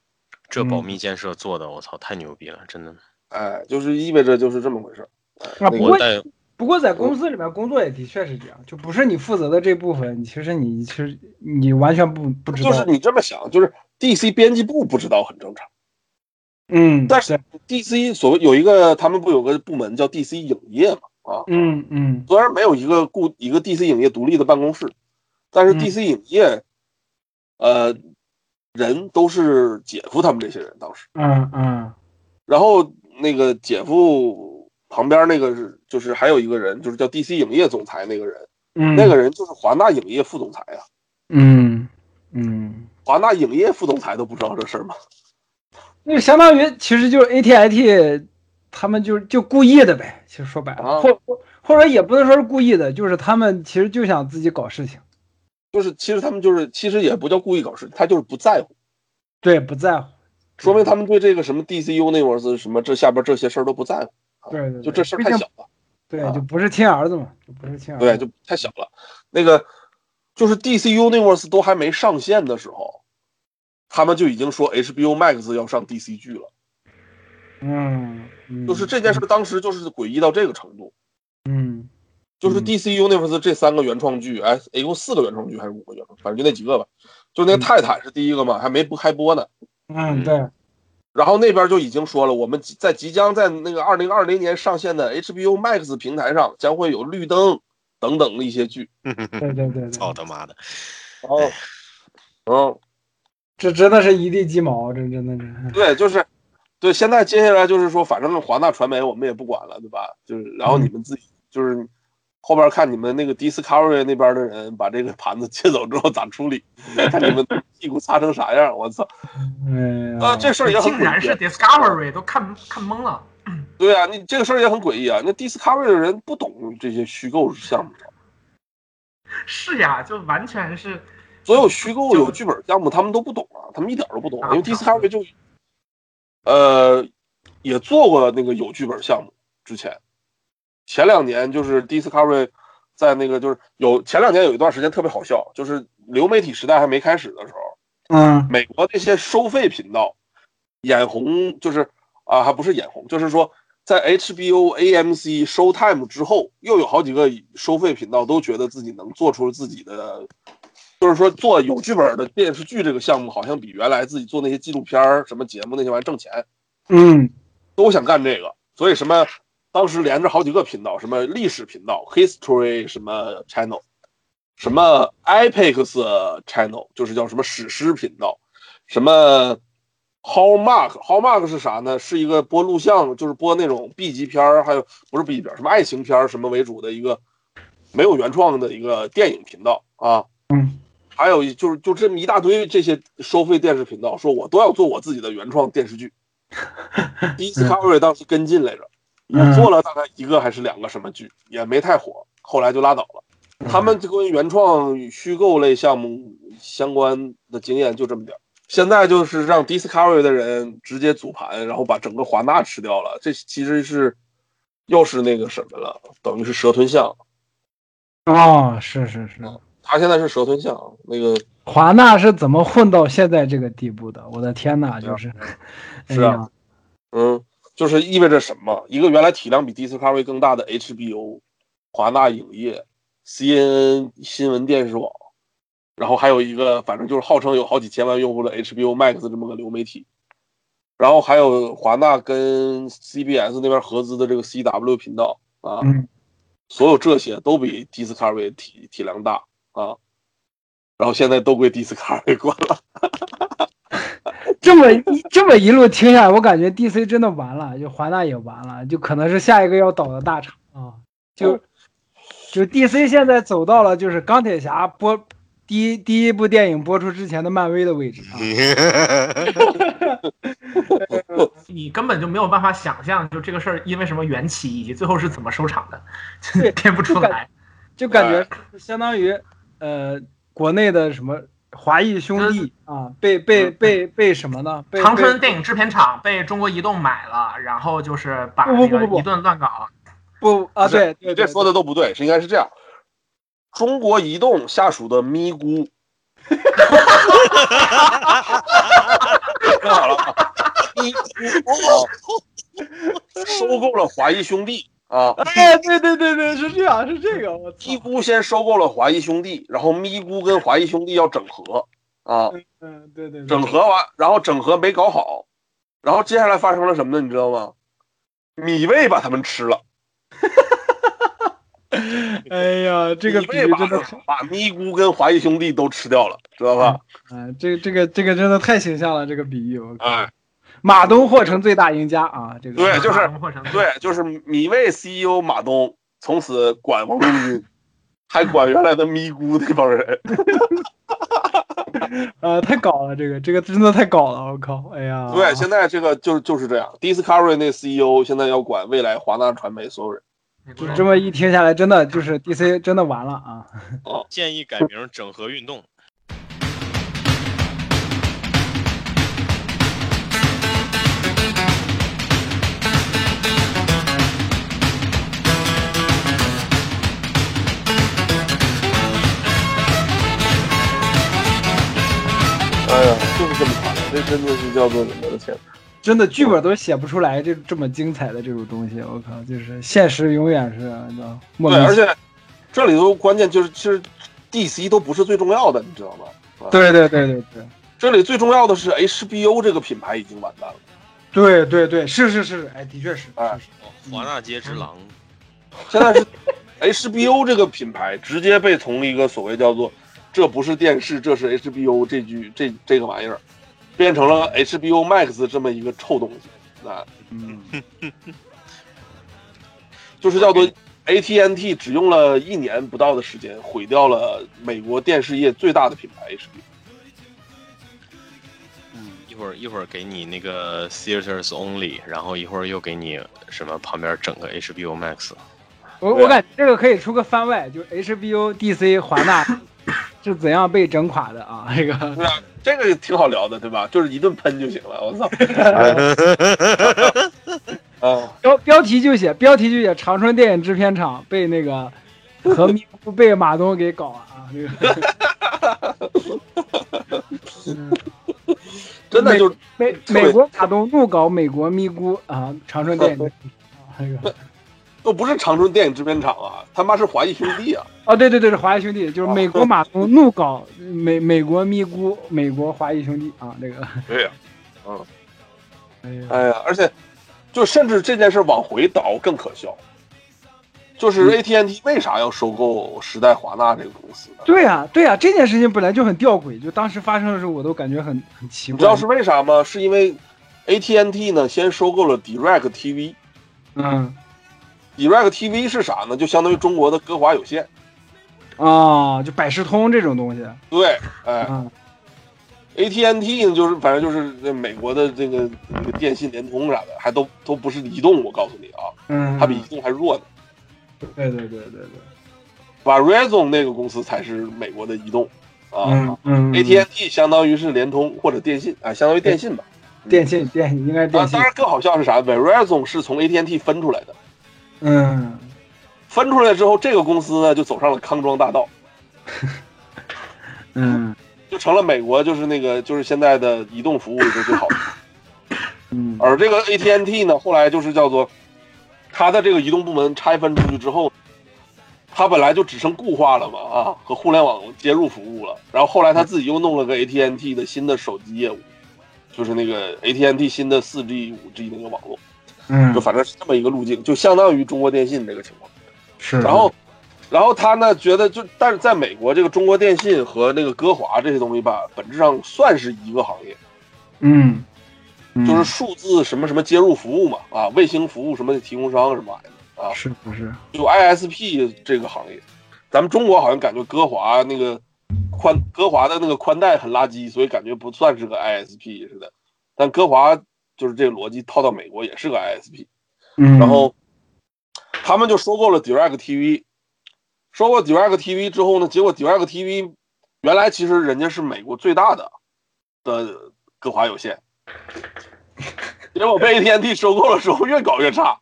B: 这
C: 嗯
B: 保密建设做的，我操，太牛逼了，真的。
C: 哎，就是意味着就是这么回事儿。哎
A: 啊
C: 那
A: 不
C: 个
B: 我
A: 过
B: 带
A: 不过在公司里面工作也的确是这样，就不是你负责的这部分，其实你其实你完全不不知道。
C: 就是你这么想，就是 DC 编辑部不知道很正常。
A: 嗯，
C: 但是
A: 对
C: DC 所谓有一个，他们不有个部门叫 DC 影业嘛？啊，
A: 嗯嗯
C: 虽然没有一个固一个 DC 影业独立的办公室，但是
A: 嗯
C: DC 影业，呃，人都是姐夫他们这些人当时，
A: 嗯嗯
C: 然后那个姐夫旁边那个是就是还有一个人，就是叫 DC 影业总裁那个人，
A: 嗯，
C: 那个人就是华纳影业副总裁啊，
A: 嗯嗯，
C: 华纳影业副总裁都不知道这事儿吗？
A: 那就相当于其实就是 AT&T 他们就是就故意的呗，其实说白
C: 啊
A: 了，或或或者也不能说是故意的，就是他们其实就想自己搞事情，
C: 就是其实他们就是其实也不叫故意搞事，他就是不在乎。
A: 对，不在乎，
C: 说明他们对这个什么 DC Universe 什么这下边这些事儿都不在乎，
A: 对对，
C: 就这事儿太
A: 毕
C: 小
A: 竟，嗯
C: 了，啊
A: 对，就不是亲儿子嘛，就不是亲儿子，
C: 对，就太小了。那个就是 DC Universe 都还没上线的时候，他们就已经说 HBO Max 要上 DC 剧了，
A: 嗯，嗯
C: 就是这件事，儿当时就是诡异到这个程度。
A: 嗯
C: 就是
A: 嗯
C: DC Universe 这三个原创剧，哎，一共四个原创剧还是五个原创，反正就那几个吧。就那个
A: 嗯
C: 泰坦是第一个嘛，还没不开播呢。
A: 嗯，对，
C: 然后那边就已经说了，我们即在即将在那个二零二零年上线的 HBO Max 平台上将会有《绿灯》等等的一些剧。
A: 对对对对
B: 操，他妈的！
C: 哦，嗯，
A: 这真的是一地鸡毛，这真的是，
C: 对，就是，对，现在接下来就是说，反正华纳传媒我们也不管了，对吧？就是，然后你们自己就是后边看你们那个 Discovery 那边的人把这个盘子接走之后咋处理，看你们屁股擦成啥样。我操！
A: 哎呀
C: 啊，这事儿也很
E: 嗯竟
C: 诡
E: 然是
C: 异。
E: Discovery 都看看懵了。
C: 对啊，你这个事儿也很诡异啊。那 Discovery 的人不懂这些虚构项目。
E: 是呀，就完全是
C: 所有虚构有剧本项目，他们都不懂啊，他们一点儿都不懂啊、因为 Discovery 就，呃，也做过那个有剧本项目，之前，前两年就是 Discovery 在那个就是有前两年有一段时间特别好笑，就是流媒体时代还没开始的时候，
A: 嗯
C: 美国这些收费频道眼红，就是啊，还不是眼红，就是说。在 HBO、AMC、Showtime 之后，又有好几个收费频道都觉得自己能做出自己的就是说做有剧本的电视剧这个项目，好像比原来自己做那些纪录片儿、什么节目那些玩意儿挣钱，
A: 嗯
C: 都想干这个。所以什么，当时连着好几个频道，什么历史频道、History 什么 Channel，什么 Ipex Channel，就是叫什么史诗频道，什么 Hallmark，Hallmark 是啥呢？是一个播录像，就是播那种 B 级片儿，还有不是 B 级片儿，什么爱情片儿什么为主的一个没有原创的一个电影频道啊。
A: 嗯，
C: 还有一就是就这么一大堆这些收费电视频道，说我都要做我自己的原创电视剧。Discovery 当时跟进来着，也
A: 嗯
C: 做了大概一个还是两个什么剧，也没太火，后来就拉倒了。他们这跟原创与虚构类项目相关的经验就这么点儿。现在就是让 Discovery 的人直接组盘，然后把整个华纳吃掉了，这其实是又是那个什么了，等于是蛇吞象。
A: 哦，是是是，
C: 他现在是蛇吞象，那个
A: 华纳是怎么混到现在这个地步的？我的天呐，就是，
C: 是
A: 哎
C: 啊
A: 呀，
C: 嗯，就是意味着什么？一个原来体量比 Discovery 更大的 HBO、华纳影业、CNN 新闻电视网，然后还有一个反正就是号称有好几千万用户的 HBO Max 这么个流媒体，然后还有华纳跟 CBS 那边合资的这个 CW 频道啊，
A: 嗯
C: 所有这些都比 Discovery 体体量大啊，然后现在都归 Discovery 管了。
A: 这么一这么一路听下来，我感觉 DC 真的完了，就华纳也完了，就可能是下一个要倒的大厂啊，就就 DC 现在走到了就是钢铁侠播第一第一部电影播出之前的漫威的位置啊，
C: 嗯
E: 你根本就没有办法想象，就这个事儿因为什么缘起，以及最后是怎么收场的，
A: 对
E: 编不出
A: 就感
E: 来。
A: 就感觉相当于呃国内的什么华谊兄弟啊，被被
C: 嗯
A: 被被什么呢？被
E: 长
A: 被
E: 春电影制片厂被中国移动买了，然后就是把那
A: 不不
E: 个
A: 不不
E: 一顿乱搞。
A: 不啊，
C: 不是
A: 对对
C: 你这
A: 对，
C: 说的都不对，是应该是这样。中国移动下属的咪咕，听好了啊，咪咕啊收购了华谊兄弟啊，
A: 哎，对对对对，是这样，是这个，我操
C: 咪，咕先收购了华谊兄弟，然后咪咕跟华谊兄弟要整合啊，
A: 嗯，对对，对
C: 整合完，然后整合没搞好，然后接下来发生了什么呢？你知道吗？米未把他们吃了，
A: 哎呀，这个
C: 米
A: 比
C: 未
A: 喻
C: 把
A: 真的太，
C: 把咪咕跟华谊兄弟都吃掉了，知道吧？
A: 啊，这这个这个真的太形象了，这个比喻，我靠
C: 哎，
A: 马东获成最大赢家啊，这个
C: 对哎就是
E: 马龙获胜
C: 对，就是米味 CEO 马东从此管王中军，还管原来的咪咕那帮人。
A: 呃，太搞了，这个这个真的太搞了，我靠，哎呀，
C: 对，现在这个就就是这样，Discovery 那 CEO 现在要管未来华纳传媒所有人。
E: 美国
A: 就
E: 人
A: 这么一听下来，真的就是 DC 真的完了啊！
B: 建议
C: 嗯
B: 改名整合运动。
C: 哎呀，就是这么惨，这真的是叫做我的天！
A: 真的剧本都写不出来这这么精彩的这种东西，我靠，就是现实永远是你知道莫
C: 对，
A: 名
C: 而
A: 其
C: 且这里头关键就是，其实 DC 都不是最重要的，你知道吗？
A: 对对对对对
C: 这里最重要的是 HBO 这个品牌已经完蛋了。
A: 对对对，是是是，哎，的确是，
C: 哎
A: 是是
B: 哦华纳街
C: 嗯
B: 之狼，
C: 现在是 HBO 这个品牌直接被从一个所谓叫做“这不是电视，这是 HBO” 这句这这个玩意儿，变成了 HBO Max 这么一个臭东西啊，
A: 嗯，
C: 就是叫做 AT&T 只用了一年不到的时间，毁掉了美国电视业最大的品牌 HBO。
B: 一会儿一会儿给你那个 theaters only，然后一会儿又给你什么旁边整个 HBO Max。
A: 我
C: 对啊
A: 我感觉这个可以出个番外，就是 HBO、DC、华纳是怎样被整垮的啊？这个
C: 对啊，这个挺好聊的，对吧？就是一顿喷就行了。我操！啊，
A: 标标题就写标题就写长春电影制片厂被那 个和咪咕被马东给搞了啊，这个
C: 真的就
A: 嗯美美国马东怒搞美国咪咕啊，长春电影 制片厂啊这个。
C: 都不是长春电影制片厂啊， 他妈是华谊兄弟啊！
A: 哦，对对对，是华谊兄弟，
C: 哦
A: 就是美国马东怒搞美 美国咪咕，美国华谊兄弟啊，这个，
C: 对呀、
A: 哎呀，
C: 哎呀，而且就甚至这件事往回倒更可笑，就是
A: 嗯
C: AT&T 为啥要收购时代华纳这个公司呢？
A: 对呀、对呀、这件事情本来就很吊诡，就当时发生的时候，我都感觉很很奇
C: 你
A: 怪。
C: 知道是为啥吗？是因为 AT&T 呢先收购了 Direct TV。
A: 嗯
C: Direct TV 是啥呢？就相当于中国的歌华有线。
A: 啊，就百事通这种东西，
C: 对，哎
A: 嗯
C: ，AT&T 呢就是反正就是那美国的这个这个电信、联通啥的，还都都不是移动。我告诉你啊，
A: 嗯，
C: 它比移动还弱呢。
A: 对对对对对，
C: Verizon 那个公司才是美国的移动啊。
A: 嗯嗯
C: AT&T 相当于是联通或者电信啊，相当于电信吧。
A: 电信电信应该是
C: 啊
A: 电，信
C: 当，然更好笑是啥？Verizon 是从 AT&T 分出来的，
A: 嗯，
C: 分出来之后，这个公司呢就走上了康庄大道，
A: 嗯
C: 就成了美国就是那个就是现在的移动服务就最好的。
A: 嗯
C: 而这个 AT&T 呢，后来就是叫做它的这个移动部门拆分出去之后，它本来就只剩固话了嘛啊，和互联网接入服务了。然后后来它自己又弄了个 AT&T 的新的手机业务，就是那个 AT&T 新的 4G、5G 那个网络，
A: 嗯，
C: 就反正是这么一个路径，就相当于中国电信这个情况。
A: 是，
C: 然后，然后他呢觉得就，但是在美国这个中国电信和那个歌华这些东西吧，本质上算是一个行业，
A: 嗯，嗯
C: 就是数字什么什么接入服务嘛，啊，卫星服务什么的提供商什么玩意儿的啊，
A: 是不是？
C: 就 ISP 这个行业，咱们中国好像感觉歌华那个宽歌华的那个宽带很垃圾，所以感觉不算是个 ISP 似的，但歌华就是这个逻辑套到美国也是个 ISP，
A: 嗯，
C: 然后他们就收购了 Direct TV，收购 Direct TV 之后呢，结果 Direct TV 原来其实人家是美国最大的的歌华有线，结果被 AT&T 收购了之后越搞越差。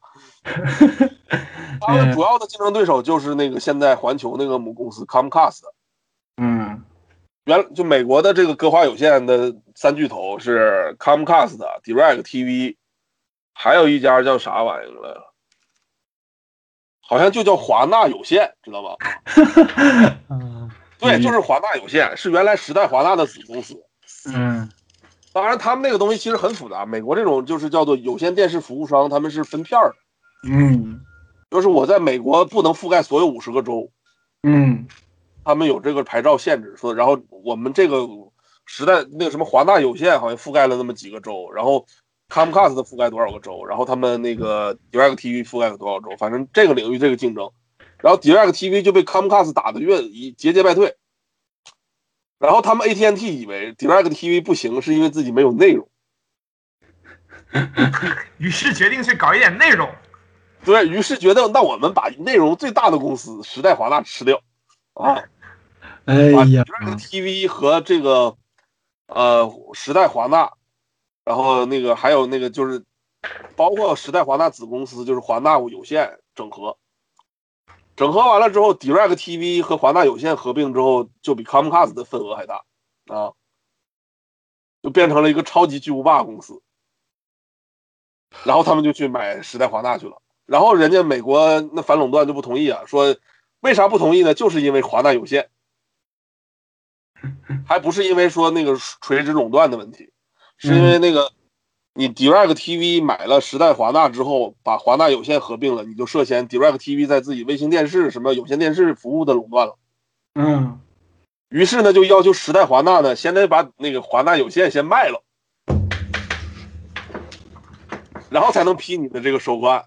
C: 他们主要的竞争对手就是那个现在环球那个母公司 Comcast，
E: 嗯，
C: 原就美国的这个歌华有线的三巨头是 Comcast、Direct TV，还有一家叫啥玩意儿来着？好像就叫华纳有线，知道吧？
A: 嗯
C: 对，就是华纳有线，是原来时代华纳的子公司。
E: 嗯，
C: 当然，他们那个东西其实很复杂。美国这种就是叫做有线电视服务商，他们是分片儿的，
E: 嗯，
C: 就是我在美国不能覆盖所有五十个州，
E: 嗯，
C: 他们有这个牌照限制。说，然后我们这个时代那个什么华纳有线好像覆盖了那么几个州，然后 Comcast 覆盖多少个州，然后他们那个 DirecTV 覆盖了多少州，反正这个领域这个竞争，然后 DirecTV 就被 Comcast 打得越一节节败退。然后他们 AT&T 以为 DirecTV 不行，是因为自己没有内容。
E: 于是决定去搞一点内容，
C: 对于是决定，那我们把内容最大的公司时代华纳吃掉，啊，
A: 哎
C: 把
A: 呀，
C: Direct TV 和这个呃时代华纳，然后那个还有那个就是包括时代华纳子公司就是华纳有限整合，整合完了之后，Direct TV 和华纳有限合并之后，就比 Comcast 的份额还大啊，就变成了一个超级巨无霸公司，然后他们就去买时代华纳去了。然后人家美国那反垄断就不同意啊，说为啥不同意呢？就是因为华纳有限，还不是因为说那个垂直垄断的问题，是因为那个你 Direct TV 买了时代华纳之后，把华纳有线合并了，你就涉嫌 Direct TV 在自己卫星电视什么有线电视服务的垄断了。
E: 嗯，
C: 于是呢，就要求时代华纳呢，先得把那个华纳有线先卖了，然后才能批你的这个收购案，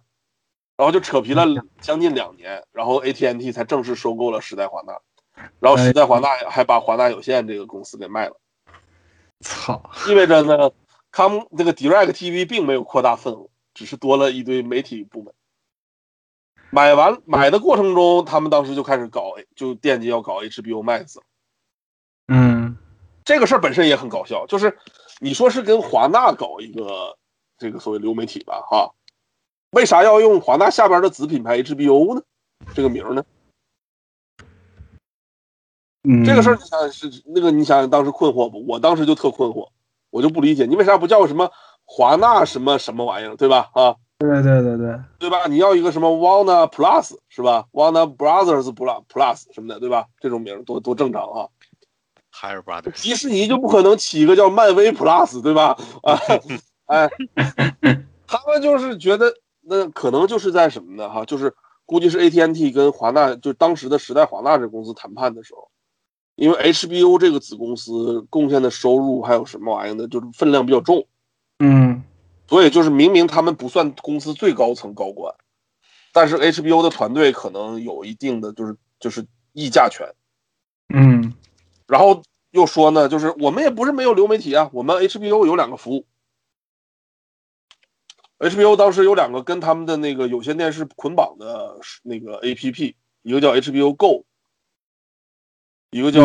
C: 然后就扯皮了将近两年，然后 AT&T 才正式收购了时代华纳，然后时代华纳还把华纳有线这个公司给卖了，
A: 操，
C: 意味着呢，Com 那个 Direct TV 并没有扩大份额，只是多了一堆媒体部门。买完买的过程中，他们当时就开始搞，就惦记要搞 HBO Max 了。
A: 嗯
C: 这个事儿本身也很搞笑，就是你说是跟华纳搞一个这个所谓流媒体吧，哈，为啥要用华纳下边的子品牌 HBO 呢？这个名儿呢？
D: 嗯，
C: 这个事儿你想想是那个你想想当时困惑不？我当时就特困惑，我就不理解你为啥不叫什么华纳什么什么玩意儿，对吧？啊，
A: 对对对对，
C: 对吧？你要一个什么 Warner Plus 是吧？Warner Brothers Plus Plus 什么的，对吧？这种名儿多多正常啊。
B: h i r Brothers，
C: 迪士尼就不可能起一个叫漫威 Plus，对吧？啊，哎，他们就是觉得那可能就是在什么呢？哈，就是估计是 AT&T 跟华纳，就当时的时代华纳这公司谈判的时候，因为 HBO 这个子公司贡献的收入还有什么玩意儿的，就是分量比较重，
A: 嗯
C: 所以就是明明他们不算公司最高层高管，但是 HBO 的团队可能有一定的就是就是议价权。
A: 嗯
C: 然后又说呢，就是我们也不是没有流媒体啊，我们 HBO 有两个服务，HBO 当时有两个跟他们的那个有线电视捆绑的那个 APP，一个叫 HBO Go，一个叫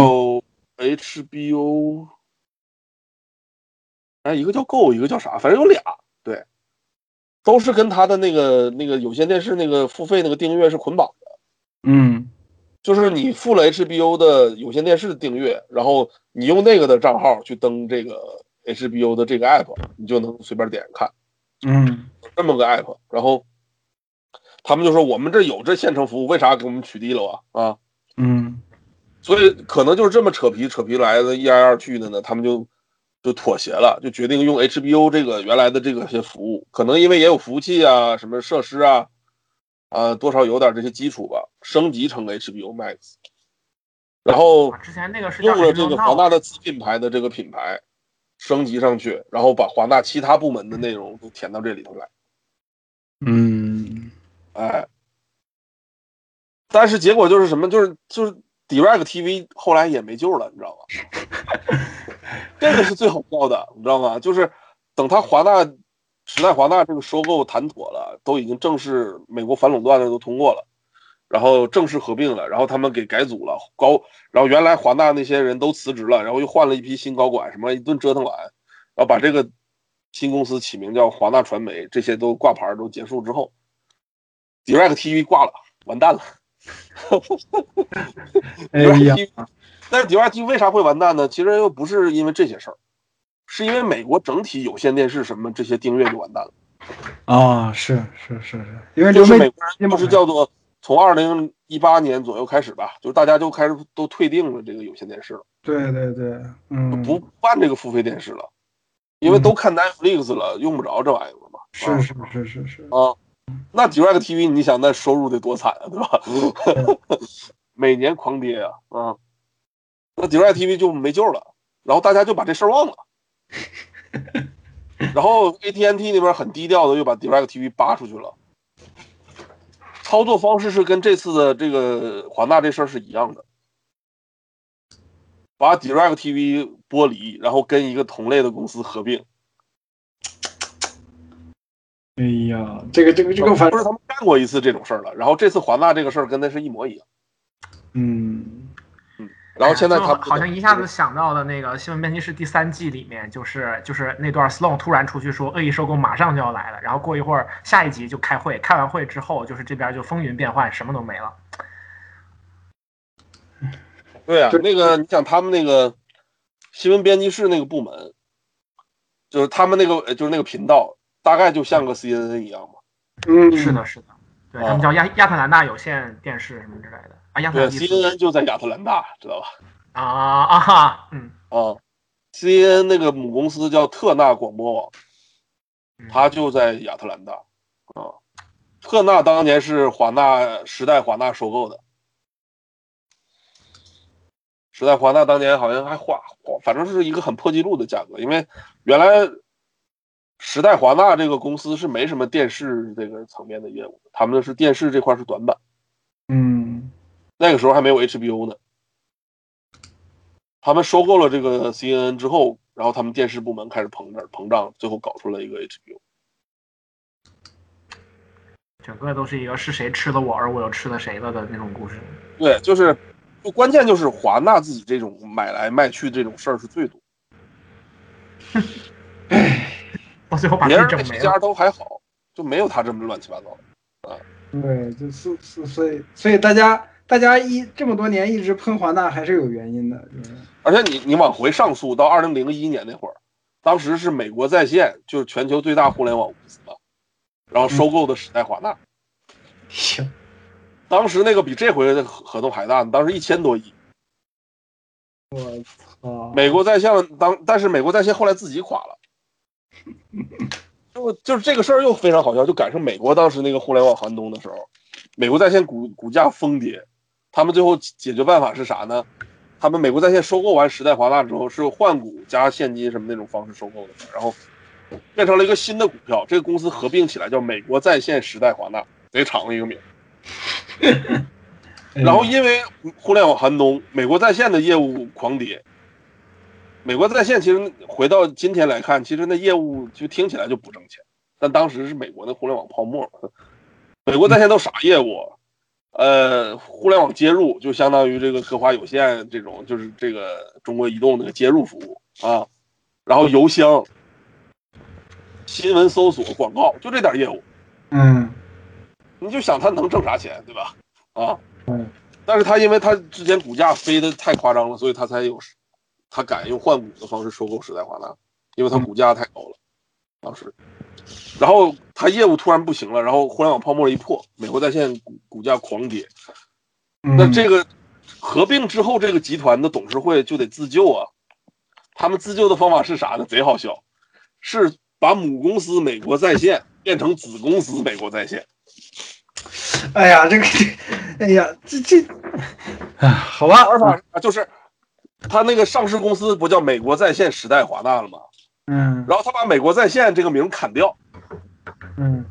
C: HBO，、哎，一个叫 Go，一个叫啥，反正有俩，对，都是跟他的那个那个有线电视那个付费那个订阅是捆绑的。
A: 嗯
C: 就是你付了 HBO 的有线电视的订阅，然后你用那个的账号去登这个 HBO 的这个 app，你就能随便点看
A: 嗯
C: 这么个 app。然后他们就说我们这有这现成服务，为啥给我们取缔了啊？啊，
A: 嗯
C: 所以可能就是这么扯皮扯皮来的，一来二去的呢，他们就就妥协了，就决定用 HBO 这个原来的这个些服务，可能因为也有服务器啊、什么设施啊，啊，多少有点这些基础吧，升级成 HBO Max，然后
E: 我啊之前那个是叫
C: 用了
E: 什
C: 这
E: 么
C: 个华纳
E: 闹？
C: 的子品牌的这个品牌升级上去，然后把华纳其他部门的内容都填到这里头来，
D: 嗯，
C: 哎。但是结果就是什么？就是就是 Direct TV 后来也没救了，你知道吗？这个是最好笑的，你知道吗？就是等他华纳时代华纳这个收购谈妥了，都已经正式美国反垄断的都通过了，然后正式合并了，然后他们给改组了高，然后原来华纳那些人都辞职了，然后又换了一批新高管，什么一顿折腾完，然后把这个新公司起名叫华纳传媒，这些都挂牌都结束之后，Direct TV 挂了，完蛋了。
A: 哎
C: Direct
A: 呀，
C: TV，但是 Direct TV 为啥会完蛋呢？其实又不是因为这些事儿，是因为美国整体有线电视什么这些订阅就完蛋了。
A: 啊，是是是是，因为
C: 就
A: 流
C: 是
A: 媒
C: 美国人就是叫做从二零一八年左右开始吧，就是大家就开始都退订了这个有线电视了，
A: 对对对，嗯，
C: 不办这个付费电视了，因为都看 Netflix 了，用不着这玩意儿了嘛。
A: 是是是是是，
C: 啊，那 Direct TV 你想那收入得多惨啊，对吧？ 每年狂跌啊，啊，那 Direct TV 就没救了，然后大家就把这事儿忘了。然后 AT&T 那边很低调的又把 Direct TV 扒出去了，操作方式是跟这次的这个华纳这事儿是一样的，把 Direct TV 剥离，然后跟一个同类的公司合并，
A: 哎呀，这个这个这个反
C: 不是他们干过一次这种事儿了，然后这次华纳这个事儿跟那是一模一样。
A: 嗯，
C: 然后现在他
E: 好
C: 们
E: 哎好像一下子想到了那个《新闻编辑室》第三季里面，就是就是那段 Sloan 突然出去说恶意收购马上就要来了，然后过一会儿下一集就开会，开完会之后就是这边就风云变幻，什么都没了。
C: 对啊
A: 就，
C: 那个你想他们那个新闻编辑室那个部门，就是他们那个呃就是那个频道，大概就像个 CNN 一样嘛。
A: 嗯，
E: 是，的，是的，对他
C: 啊
E: 们叫亚亚特兰大有线电视什么之类的啊，亚特
C: 对
E: 兰蒂
C: ，CNN 就在亚特兰大，知道吧？
E: 啊啊哈，嗯，
C: 啊，CNN 那个母公司叫特纳广播网，
E: 嗯
C: 它就在亚特兰大啊。特纳当年是华纳时代华纳收购的，时代华纳当年好像还花，花反正是一个很破纪录的价格，因为原来时代华纳这个公司是没什么电视这个层面的业务的，他们是电视这块是短板，
A: 嗯，
C: 那个时候还没有 HBO 呢。他们收购了这个 CNN 之后，然后他们电视部门开始膨胀，膨胀，最后搞出了一个 HBO。
E: 整个都是一个是谁吃了我，而我又吃了谁了的那种故事。
C: 对，就是，就关键就是华纳自己这种买来卖去这种事儿是最多，
E: 到最后把自
C: 别
E: 己
C: 人
E: 整
C: 那
E: 没
C: 几
E: 了
C: 家。都还好，就没有他这么乱七八糟的。
A: 对，就是是所以所以大家大家一这么多年一直喷华纳还是有原因的，就是
C: 而且你你往回上溯到二零零一年那会儿，当时是美国在线就是全球最大互联网公司了，然后收购的时代华纳，
A: 行，
C: 当时那个比这回的合合同还大呢，当时一千多亿。
A: 我操，
C: 美国在线当，但是美国在线后来自己垮了，就就是这个事儿又非常好笑，就赶上美国当时那个互联网寒冬的时候，美国在线股股价疯跌，他们最后解决办法是啥呢？他们美国在线收购完时代华纳之后，是换股加现金什么那种方式收购的，然后变成了一个新的股票，这个公司合并起来叫美国在线时代华纳，贼长的一个名。
A: 哎嗯
C: 然后因为互联网寒冬，美国在线的业务狂跌。美国在线其实回到今天来看，其实那业务就听起来就不挣钱，但当时是美国的互联网泡沫。美国在线都啥业务？呃，互联网接入就相当于这个格华有线这种，就是这个中国移动那个接入服务啊，然后邮箱、新闻搜索、广告，就这点业务。
A: 嗯
C: 你就想他能挣啥钱，对吧？啊，
A: 嗯。
C: 但是他因为他之前股价飞得太夸张了，所以他才有，他敢用换股的方式收购时代华纳，因为他股价太高了，当时。然后他业务突然不行了，然后互联网泡沫一破，美国在线股股价狂跌。
A: 嗯
C: 那这个合并之后，这个集团的董事会就得自救啊。他们自救的方法是啥呢？贼好笑，是把母公司美国在线变成子公司美国在线。
A: 哎呀这个 这，哎呀这这，啊好吧，
C: 玩法是啥？就是他那个上市公司不叫美国在线时代华纳了吗？
A: 嗯
C: 然后他把美国在线这个名砍掉，
A: 嗯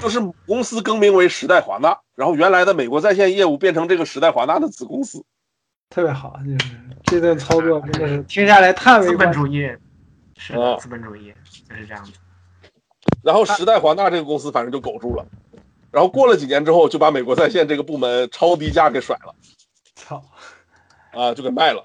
C: 就是公司更名为时代华纳，然后原来的美国在线业务变成这个时代华纳的子公司。
A: 特别好，就是这顿操作真的是听下来叹
E: 资
A: 为
E: 本
A: 观止，
E: 主义是
C: 啊
E: 的， 资本主义就是这样子。
C: 然后时代华纳这个公司反正就苟住了，然后过了几年之后，就把美国在线这个部门超低价给甩了
A: 操，
C: 啊，就给卖了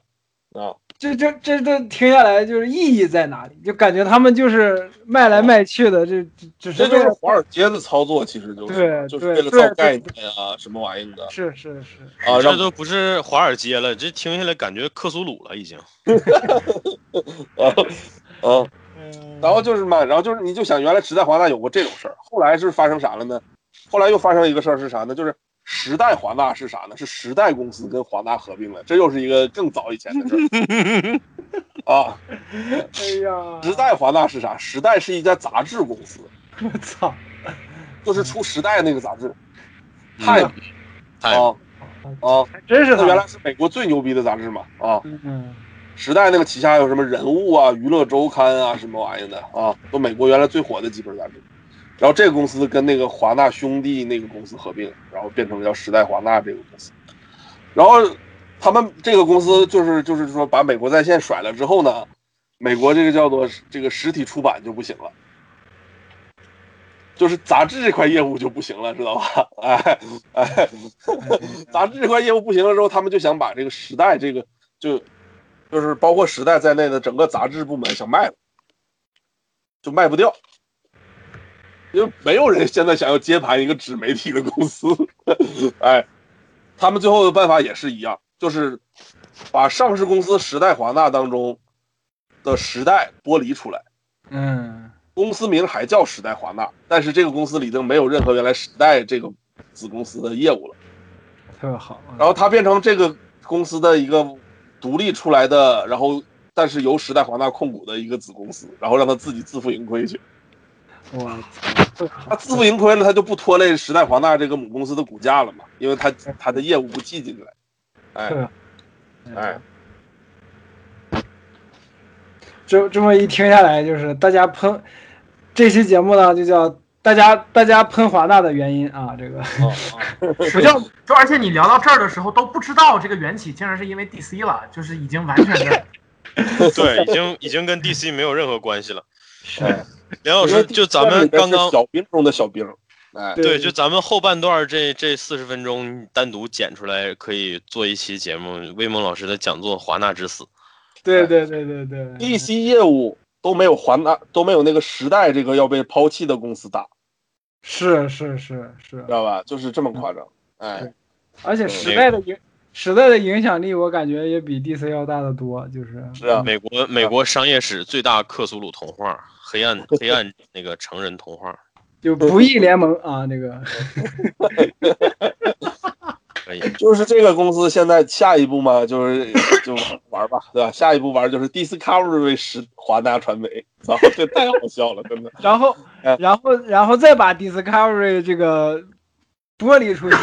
C: 啊。
A: 这这这这停下来就是意义在哪里？就感觉他们就是卖来卖去的，这只只是
C: 这就
A: 为
C: 是
A: 了
C: 华尔街的操作，其实就是
A: 对
C: 就是
A: 对
C: 为了
A: 对
C: 造概
A: 对
C: 念啊，什么玩意儿的
A: 是是是，
C: 啊，
B: 这
C: 让
B: 都不是华尔街了，这听下来感觉克苏鲁了已经。
C: 啊啊，
A: 嗯
C: 然后就是嘛，然后就是你就想原来时代华纳有过这种事儿，后来是发生啥了呢？后来又发生一个事儿是啥呢？就是时代华纳是啥呢？是时代公司跟华纳合并了，这又是一个更早以前的事儿啊。
A: 哎呀，
C: 时代华纳是啥？时代是一家杂志公司，
A: 我操，
C: 就是出时代那个杂志，
B: 嗯哎
C: 太
B: 太
C: 啊啊，
A: 真是
C: 这
A: 他
C: 原来是美国最牛逼的杂志嘛啊。
A: 嗯，
C: 时代那个旗下有什么人物啊、娱乐周刊啊什么玩意儿的啊，都美国原来最火的几本杂志。然后这个公司跟那个华纳兄弟那个公司合并，然后变成叫时代华纳这个公司。然后他们这个公司就是就是说把美国在线甩了之后呢，美国这个叫做这个实体出版就不行了。就是杂志这块业务就不行了，知道吧？哎哎， 杂志这块业务不行了之后，他们就想把这个时代这个就就是包括时代在内的整个杂志部门想卖了，就卖不掉，因为没有人现在想要接盘一个纸媒体的公司。 哎，他们最后的办法也是一样，就是把上市公司时代华纳当中的时代剥离出来。
A: 嗯，
C: 公司名还叫时代华纳，但是这个公司里已经没有任何原来时代这个子公司的业务了。
A: 特别好，
C: 然后它变成这个公司的一个独立出来的，然后但是由时代华纳控股的一个子公司，然后让它自己自负盈亏去。
A: 我操，特别好
C: 它自哎负盈亏了，它就不拖累时代华纳这个母公司的股价了嘛，因为它它的业务不计进来。
A: 特别好
C: 哎，哎，
A: 这这么一听下来，就是大家喷这期节目呢，就叫大家大家喷华纳的原因啊，这个
B: 哦
C: 啊
E: 就就而且你聊到这儿的时候都不知道这个缘起竟然是因为 DC 了，就是已经完全 的
B: 对，已经已经跟 DC 没有任何关系 了。
A: 是
C: 哎，
B: 梁老师，哦就咱们刚刚
C: 小兵中的小兵，哎，
B: 对，就咱们后半段这这四十分钟单独剪出来，可以做一期节目。威猛老师的讲座《华纳之死》，
A: 对对对对对对
C: DC 业务都没有华纳都没有那个时代这个要被抛弃的公司大，
A: 是是是是
C: 知，道吧？就是这么夸张。哎，
A: 而且时代的影时代的影响力，我感觉也比 DC 要大得多，就是
C: 是啊，
B: 美国美国商业史最大克苏鲁童话，黑 暗黑暗那个成人童话，
A: 就不义联盟啊，这 个
B: 可以。
C: 就是这个公司现在下一步嘛，就是就玩吧，对吧？下一步玩就是 Discovery 时华纳传媒，操，这太好笑了，真的。
A: 然后
C: 哎
A: 然后然后再把 Discovery 这个剥离出去，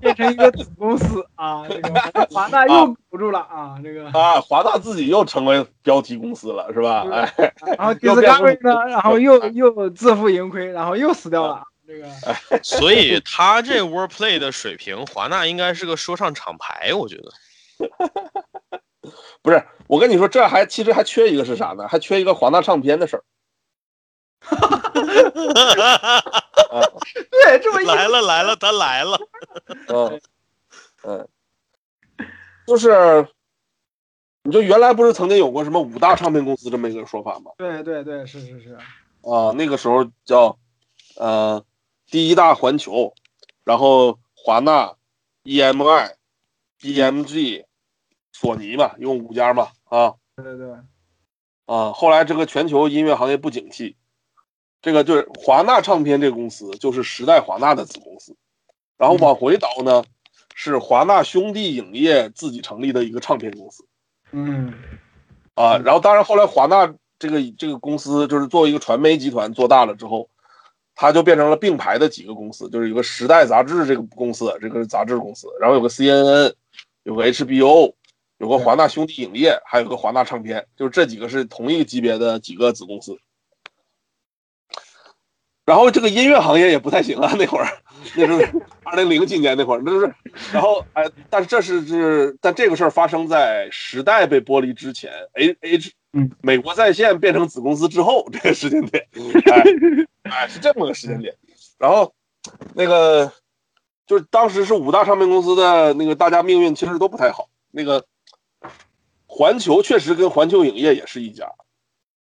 A: 变成一个子公司啊，这个华纳又苟住了啊，这个。
C: 啊，华纳自己又成为标题公司了，是吧？哎，
A: 然后
C: 又变成
A: Discovery 呢，然后又
C: 啊
A: 又自负盈亏，然后又死掉了。这个
B: 所以他这 wordplay 的水平，华纳应该是个说唱厂牌，我觉得。
C: 不是，我跟你说，这还其实还缺一个是啥呢？还缺一个华纳唱片的事儿。
A: 对， 这么一
B: 来了来了，他来了。
C: 嗯，嗯，就是，你就原来不是曾经有过什么五大唱片公司这么一个说法吗？
A: 对对对，是是是，
C: 啊，那个时候叫呃第一大环球，然后华纳、EMI、BMG、索尼嘛，一共五家嘛啊
A: 对对
C: 啊。后来这个全球音乐行业不景气，这个就是华纳唱片这个公司就是时代华纳的子公司，然后往回倒呢是华纳兄弟影业自己成立的一个唱片公司。
A: 嗯
C: 啊，然后当然后来华纳这个这个公司就是作为一个传媒集团做大了之后，它就变成了并排的几个公司，就是有个《时代》杂志这个公司，这个是杂志公司，然后有个 CNN，有个 HBO，有个华纳兄弟影业，还有个华纳唱片，就是这几个是同一个级别的几个子公司。然后这个音乐行业也不太行啊，那会儿，那是二零零几年那会儿，那就是，然后哎，但是这是是，但这个事儿发生在时代被剥离之前，H H，
A: 嗯，
C: 美国在线变成子公司之后这个时间点，哎，哎是这么个时间点。然后那个就是当时是五大唱片公司的那个大家命运其实都不太好。那个环球确实跟环球影业也是一家，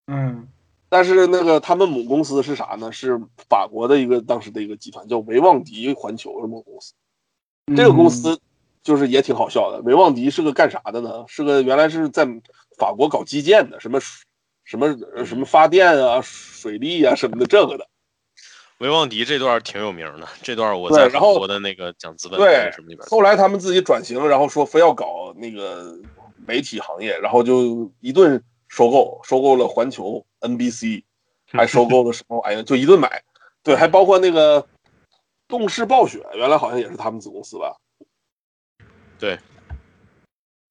A: 嗯
C: 但是那个他们母公司是啥呢？是法国的一个当时的一个集团叫维旺迪环球是母公司。这个
A: 嗯
C: 公司就是也挺好笑的。维旺迪是个干啥的呢？是个原来是在法国搞基建的，什么什么呃什么发电啊、水利啊什么的这个的。
B: 维旺迪这段挺有名的，这段我
C: 对
B: 在
C: 然
B: 韩
C: 后
B: 国的那个讲资本
C: 对
B: 还是什么里边
C: 后来他们自己转型，然后说非要搞那个媒体行业，然后就一顿收购，收购了环球、NBC，还收购了什么玩意儿，就一顿买。对，还包括那个动视暴雪，原来好像也是他们子公司吧？
B: 对，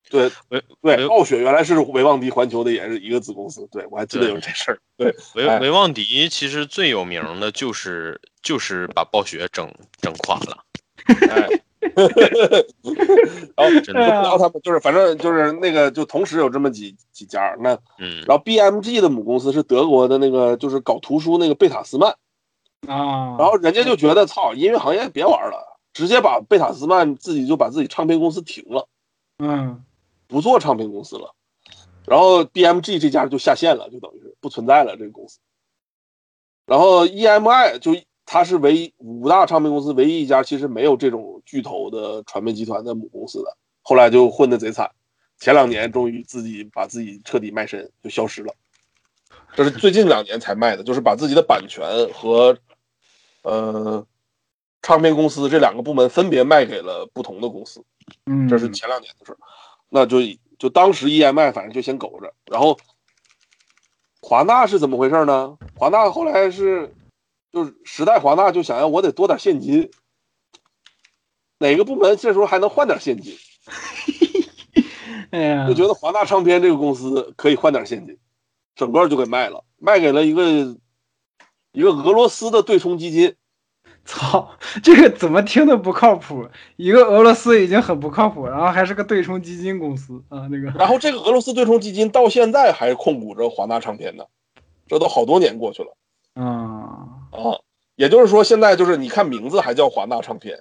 C: 对
B: 维
C: 对，
B: 维
C: 暴雪原来是维旺迪环球的，也是一个子公司。对我还记得有这事儿。对，哎
B: 维维旺迪其实最有名的就是就是把暴雪整整垮了，
C: 哎， 然后
B: 真
A: 哎
B: 的，
A: 呀
C: 然后他们就是反正就是那个就同时有这么几几家，那
B: 嗯，
C: 然后 BMG 的母公司是德国的那个，就是搞图书那个贝塔斯曼。
A: 啊，
C: 然后人家就觉得操，音乐行业别玩了，直接把贝塔斯曼自己就把自己唱片公司停了，
A: 嗯
C: 不做唱片公司了。然后 BMG 这家就下线了，就等于是不存在了这个公司。然后 EMI 就它是唯一五大唱片公司唯一一家其实没有这种巨头的传媒集团的母公司的，后来就混得贼惨，前两年终于自己把自己彻底卖身，就消失了。这是最近两年才卖的，就是把自己的版权和呃唱片公司这两个部门分别卖给了不同的公司。
A: 嗯，
C: 这是前两年的事儿。那就就当时 EMI 反正就先苟着，然后华纳是怎么回事呢？华纳后来是就是时代华纳就想要我得多点现金，哪个部门这时候还能换点现金？
A: 哎呀，
C: 就觉得华纳唱片这个公司可以换点现金，整个就给卖了，卖给了一个一个俄罗斯的对冲基金。
A: 操，这个怎么听都不靠谱。一个俄罗斯已经很不靠谱，然后还是个对冲基金公司啊， 那个
C: 然后这个俄罗斯对冲基金到现在还控股着华纳唱片呢，这都好多年过去了。
A: 啊，
C: 啊，也就是说，现在就是你看名字还叫华纳唱片，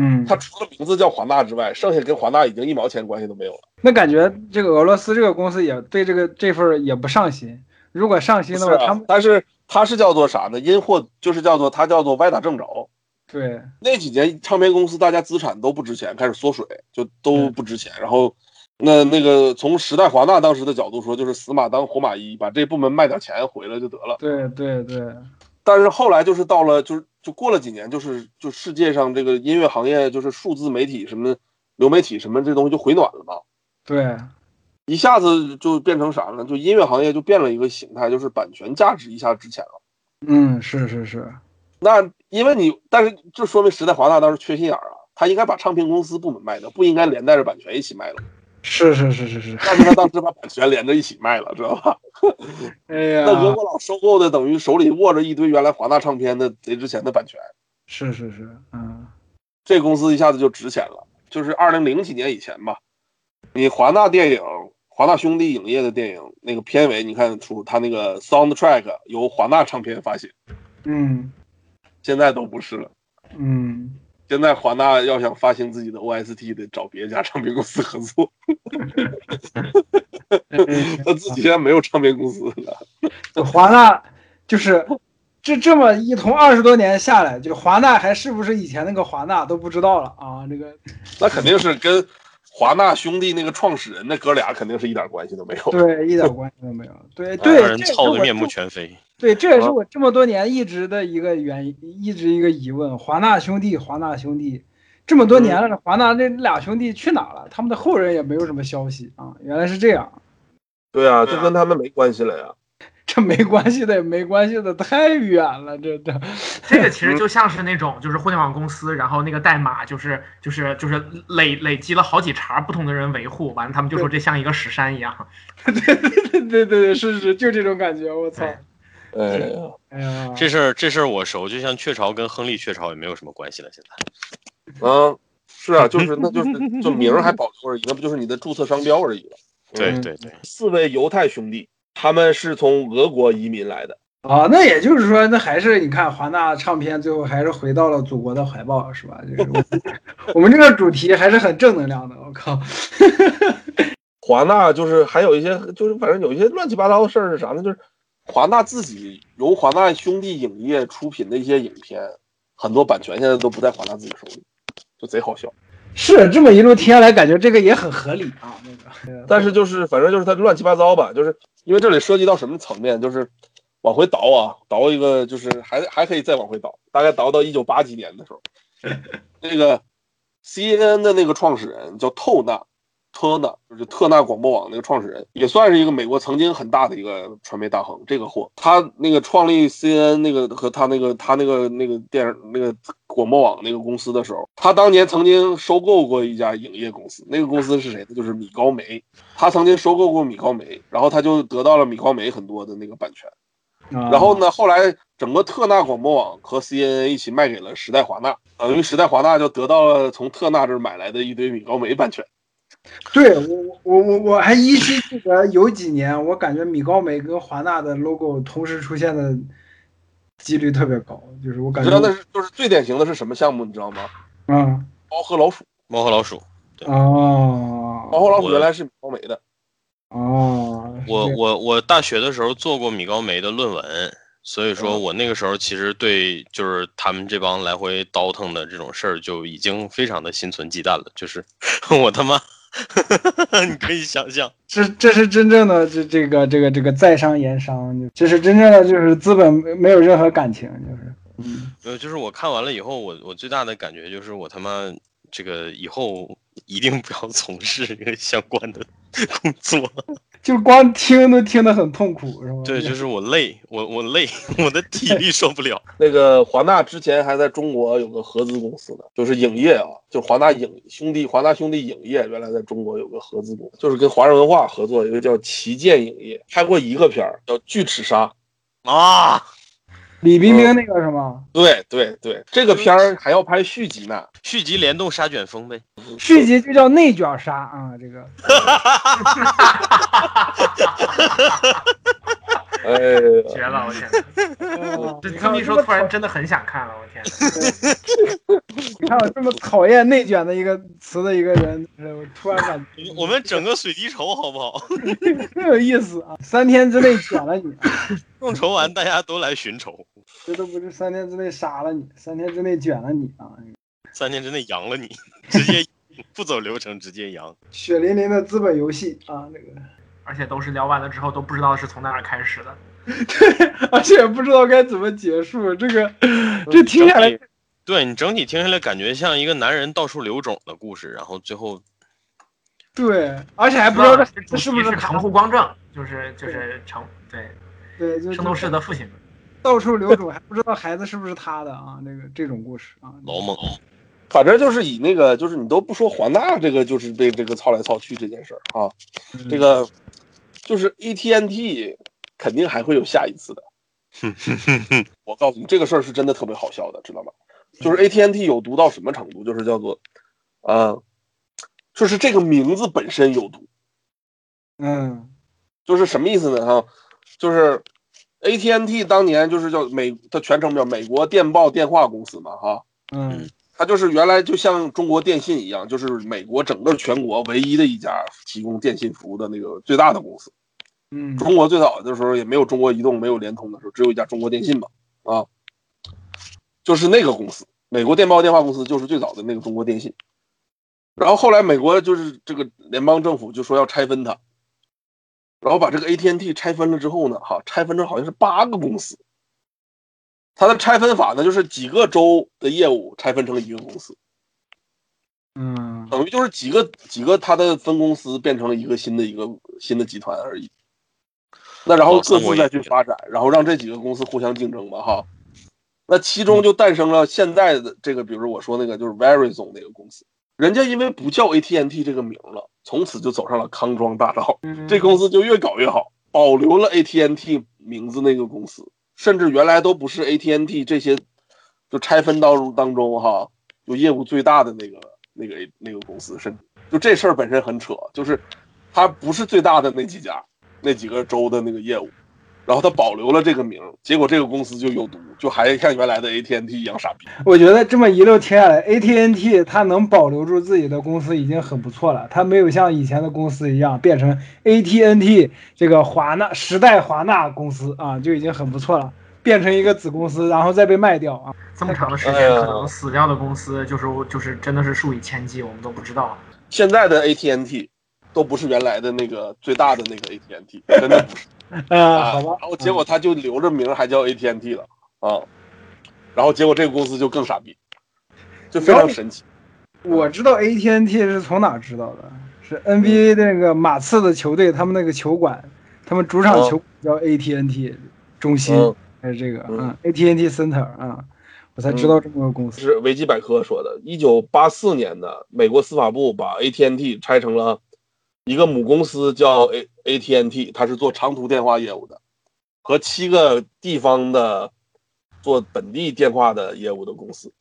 A: 嗯，
C: 它除了名字叫华纳之外，剩下跟华纳已经一毛钱关系都没有了。
A: 那感觉这个俄罗斯这个公司也对这个这份儿也不上心。如果上心
C: 不
A: 的
C: 是
A: 话，
C: 啊
A: 他们
C: 但是它是叫做啥呢？因祸就是叫做它叫做歪打正着。
A: 对，
C: 那几年唱片公司大家资产都不值钱，开始缩水，就都不值钱。然后，那那个从时代华纳当时的角度说，就是死马当活马医，把这部门卖点钱回来就得了。
A: 对对对，
C: 但是后来就是到了，就是就过了几年，就是就世界上这个音乐行业，就是数字媒体什么流媒体什么这东西就回暖了嘛。
A: 对，
C: 一下子就变成啥呢？就音乐行业就变了一个形态，就是版权价值一下值钱了。
A: 嗯，是是是，
C: 那因为你，但是这说明时代华纳当时缺心眼儿啊，他应该把唱片公司部门卖的，不应该连带着版权一起卖了。
A: 是是是是是，
C: 但是他当时把版权连着一起卖了，知道吧？
A: 哎呀
C: 那，俄国佬收购的，等于手里握着一堆原来华纳唱片的贼值钱的版权，
A: 是是是，嗯
C: 这公司一下子就值钱了。就是二零零几年以前吧，你华纳电影、华纳兄弟影业的电影那个片尾，你看出他那个 soundtrack 由华纳唱片发行。
A: 嗯
C: 现在都不是了。
A: 嗯，
C: 现在华纳要想发行自己的 OST，得找别家唱片公司合作，
A: 哎呀
C: 他自己现在没有唱片公司了。
A: 华纳就是这这么一同二十多年下来，就华纳还是不是以前那个华纳都不知道了啊？这个
C: 那肯定是跟华纳兄弟那个创始人那哥俩肯定是一点关系都没有。啊
A: 对一点关系都没有。对对，
B: 哦让人
A: 这也是
B: 操
A: 我
B: 的面嗯目
A: 这
B: 全非。
A: 对，这也是我这么多年一直的一个原因，一直一个疑问：华纳兄弟，华纳兄弟。这么多年
B: 嗯
A: 了，华纳那俩兄弟去哪了？他们的后人也没有什么消息啊。原来是这样，
C: 对啊，
E: 对啊
C: 就跟他们没关系了呀。
A: 这没关系的，也没关系的，太远了，这这。
E: 这个其实就像是那种，就是互联网公司，然后那个代码就是就是就是累累积了好几茬不同的人维护，完了他们就说这像一个屎山一样。
A: 对对对对，是是，就这种感觉，我操！
E: 对
C: 哎呀，
A: 哎呀，
B: 这事儿这事儿我熟，就像雀巢跟亨利雀巢也没有什么关系了。现在
C: 嗯，是啊，就是那就是就名儿还保留而已，那不就是你的注册商标而已了。
B: 对
A: 嗯
B: 对对，
C: 四位犹太兄弟，他们是从俄国移民来的。
A: 啊，那也就是说，那还是你看华纳唱片最后还是回到了祖国的怀抱，是吧？就是 我们我们这个主题还是很正能量的。我靠，
C: 华纳就是还有一些，就是反正有一些乱七八糟的事儿是啥呢？就是华纳自己由华纳兄弟影业出品的一些影片，很多版权现在都不在华纳自己手里，就贼好笑。
A: 是这么一路听下来，感觉这个也很合理啊。那个，
C: 但是就是反正就是它乱七八糟吧，就是因为这里涉及到什么层面，就是往回倒啊，倒一个就是还还可以再往回倒，大概倒到一九八几年的时候，那个 CNN 的那个创始人叫透纳。特纳就是特纳广播网那个创始人，也算是一个美国曾经很大的一个传媒大亨。这个货，他那个创立 CNN 那个和他那个他那个那个电影那个广播网那个公司的时候，他当年曾经收购过一家影业公司，那个公司是谁呢？就是米高梅。他曾经收购过米高梅，然后他就得到了米高梅很多的那个版权。然
A: 然
C: 后呢，后来整个特纳广播网和 CNN 一起卖给了时代华纳，等于时代华纳就得到了从特纳这儿买来的一堆米高梅版权。
A: 对我我我我还依稀记得有几年，我感觉米高梅跟华纳的 logo 同时出现的几率特别高，就是我感
C: 你知道那
A: 觉
C: 是就是最典型的是什么项目，你知道吗？
A: 嗯
C: 猫和老鼠，
B: 猫和老鼠，
C: 猫
A: 哦
C: 和老鼠
B: 我
C: 原来是米高梅的，
A: 哦，是
B: 我
A: 这样
B: 我我大学的时候做过米高梅的论文，所以
C: 嗯
B: 说我那个时候其实对就是他们这帮来回倒腾的这种事儿就已经非常的心存忌惮了，就是 我他妈，你可以想象，
A: 这这是真正的这这个这个这个在商言商，就这是真正的就是资本没没有任何感情，就是
E: 嗯
B: 呃，就是我看完了以后，我我最大的感觉就是我他妈这个以后一定不要从事这个相关的工作，
A: 就光听都听得很痛苦，是吧？
B: 对，就是我累，我我累，我的体力受不了。
C: 那个华纳之前还在中国有个合资公司呢，就是影业啊，就华纳影兄弟，华纳兄弟影业原来在中国有个合资公司，就是跟华人文化合作，有一个叫旗舰影业，拍过一个片儿叫《巨齿鲨》。
B: 啊，
A: 李冰
E: 哦
A: 冰那个是吗？
C: 对对对，这个片儿还要拍续集呢。
B: 续集联动杀卷风呗，
A: 续集就叫内卷杀啊，这个
C: 哎呀，
E: 绝了！我天哪，
A: 哦
E: 这
A: 你
E: 这
A: 看
E: 么
A: 我
E: 一
A: 么
E: 说，突
A: 讨
E: 然真的很想看了，我天哪！
A: 你看我这么讨厌“内卷”的一个词的一个人，就是我突然感觉
B: 我们整个水滴筹好不好？
A: 很有意思啊！三天之内卷了你，啊
B: 众筹完大家都来寻仇，
A: 这都不是三天之内杀了你，三天之内卷了你啊！
B: 三天之内扬了你，直接不走流程直接扬。
A: 血淋淋的资本游戏啊，这个
E: 而且都是聊完了之后都不知道是从哪儿开始的。
A: 对， 而且也不知道该怎么结束，这个这听下来
B: 整体，对你整体听下来感觉像一个男人到处留种的故事，然后最后
A: 对，而且还不知道
E: 这
A: 这是不
E: 是
A: 是
E: 长户光正，就是就是成对
A: 对，就
E: 圣斗士
A: 是
E: 的父亲。
A: 到处留种，还不知道孩子是不是他的啊，这个这种故事啊，
B: 老猛。
C: 反正就是以那个，就是你都不说华纳这个，就是被这个操来操去这件事儿啊，这个就是 E AT&T 肯定还会有下一次的。我告诉你，这个事儿是真的特别好笑的，知道吗？就是 E AT&T 有毒到什么程度，就是叫做，呃，就是这个名字本身有毒，
A: 嗯
C: 就是什么意思呢？哈，就是 AT&T 当年就是叫美，它全称叫美国电报电话公司嘛，哈、
A: 嗯
C: 它就是原来就像中国电信一样，就是美国整个全国唯一的一家提供电信服务的那个最大的公司。
A: 嗯
C: 中国最早的时候也没有中国移动，没有联通的时候，只有一家中国电信嘛，啊，就是那个公司，美国电报电话公司就是最早的那个中国电信。然后后来美国就是这个联邦政府就说要拆分它，然后把这个 AT&T 拆分了之后呢，哈，拆分成好像是八个公司。它的拆分法呢，就是几个州的业务拆分成一个公司，
A: 嗯
C: 等于就是几个几个它的分公司变成一个新的一个新的集团而已。那然后
B: 哦三
C: 各
B: 国
C: 自
B: 演
C: 再
B: 义
C: 去发展，然后让这几个公司互相竞争吧，哈。那其中就诞生了现在的这个，比如说我说那个就是 Verizon 那个公司，人家因为不叫 AT&T 这个名了，从此就走上了康庄大道。这公司就越搞越好，保留了 AT&T 名字那个公司，甚至原来都不是 AT&T 这些，就拆分到当中哈，就业务最大的那个那个那个公司，甚至就这事儿本身很扯，就是它不是最大的那几家那几个州的那个业务，然后他保留了这个名儿，结果这个公司就有毒，就还像原来的 AT&T 一样傻逼。
A: 我觉得这么一路听下来，AT&T 它能保留住自己的公司已经很不错了，它没有像以前的公司一样变成 AT&T 这个华纳时代华纳公司啊，就已经很不错了，变成一个子公司，然后再被卖掉啊。
E: 这么长的时间，
C: 哎呀
E: 可能死掉的公司就是就是真的是数以千计，我们都不知道。
C: 现在的 AT&T 都不是原来的那个最大的那个 AT&T，真的不是
A: 呃，
C: 啊。
A: 好吧，
C: 然后结果他就留着名儿还叫 AT&T 了啊，然后结果这个公司就更傻逼，就非常神奇。
A: 我知道 AT&T 是从哪儿知道的，是
C: 嗯
A: NBA 那个马刺的球队，他们那个球馆，他们主场
C: 哦
A: 球馆叫 AT&T 中心，
C: 嗯，
A: 还是这个
C: 嗯
A: 嗯 AT&T Center 啊，我才知道这么个公司。
C: 是维基百科说的，一九八四年的美国司法部把 AT&T 拆成了一个母公司叫 A AT&T，它是做长途电话业务的，和七个地方的做本地电话的业务的公司。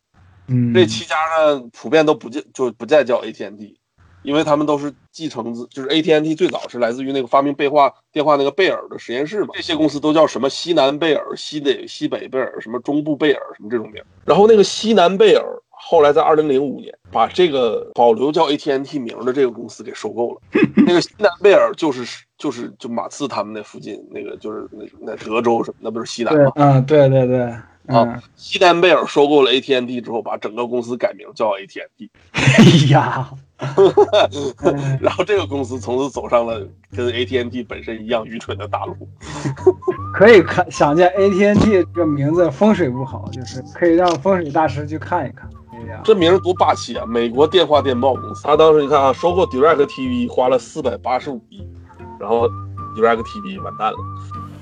A: 嗯，
C: 这七家呢，普遍都不叫就不再叫 AT&T，因为他们都是继承自，就是 AT&T 最早是来自于那个发明贝话电话那个贝尔的实验室嘛。这些公司都叫什么西南贝尔、西北西北贝尔、什么中部贝尔什么这种名儿。然后那个西南贝尔后来在二零零五年把这个保留叫 AT&T 名儿的这个公司给收购了。那个西南贝尔就是就是就马刺他们那附近那个就是那那德州什么，那不是西南
A: 对
C: 吗？，
A: 嗯，对对对，嗯，
C: 啊西南贝尔收购了 AT&T 之后，把整个公司改名叫 AT&T。
A: 哎呀，哎
C: 然后这个公司从此走上了跟 AT&T 本身一样愚蠢的大路。
A: 可以看想见 AT&T 这个名字风水不好，就是可以让风水大师去看一看。哎呀，
C: 这名儿多霸气啊！美国电话电报公司，他当时你看啊，收购 Direct TV 花了四百八十五亿，然后 Direct TV 完蛋了。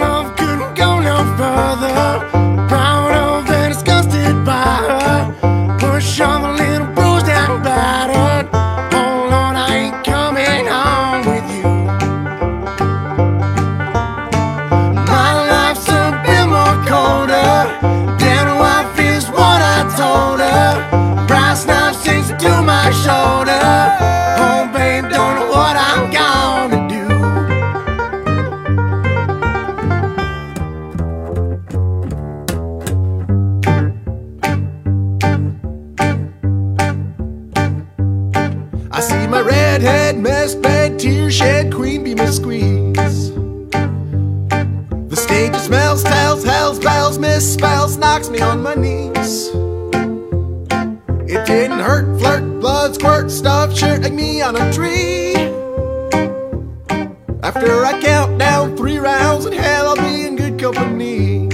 F: love couldn't go no further. Proud of and disgusted by her. Push on the little bruised and battered. Hold on, I ain't coming home with you. My life's a bit more colder. Than what feels what I told her. Brass knife sinks to my shoulder. Oh, babe, don't know what I'm gonna do. I see my redhead mess bed, tear shed, queen bee miss squeeze. The stage smells, tells, hells, bells, misspells, knocks me on my knees. It didn't hurt, flirt, blood, squirt, stuff, shirt like me on a tree. After I count down three rounds, and hell, I'll be in good company.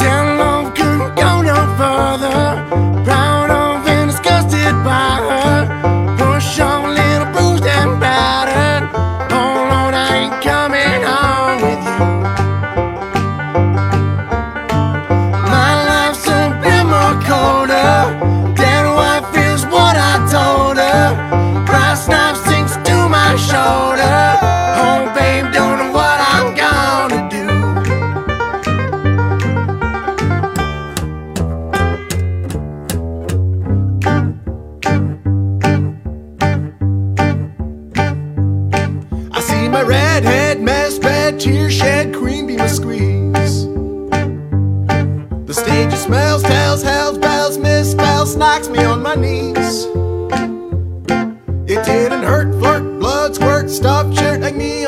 F: Down love couldn't go no further. Proud of and disgusted by her. Push on, little bruised and battered. Hold on, I ain't coming home with you. My life's a bit more colder than what feels what I told her. Brass knife sinks to my shoulder. Oh, babe, don't know what I'm gonna do. I see my redhead mess bed, tear shed, queen bee must squeeze. The stage smells, tells, hells, bells, misspells, knocks me on my knees. It didn't hurt, flirt, blood, squirt, stuff, shirt like me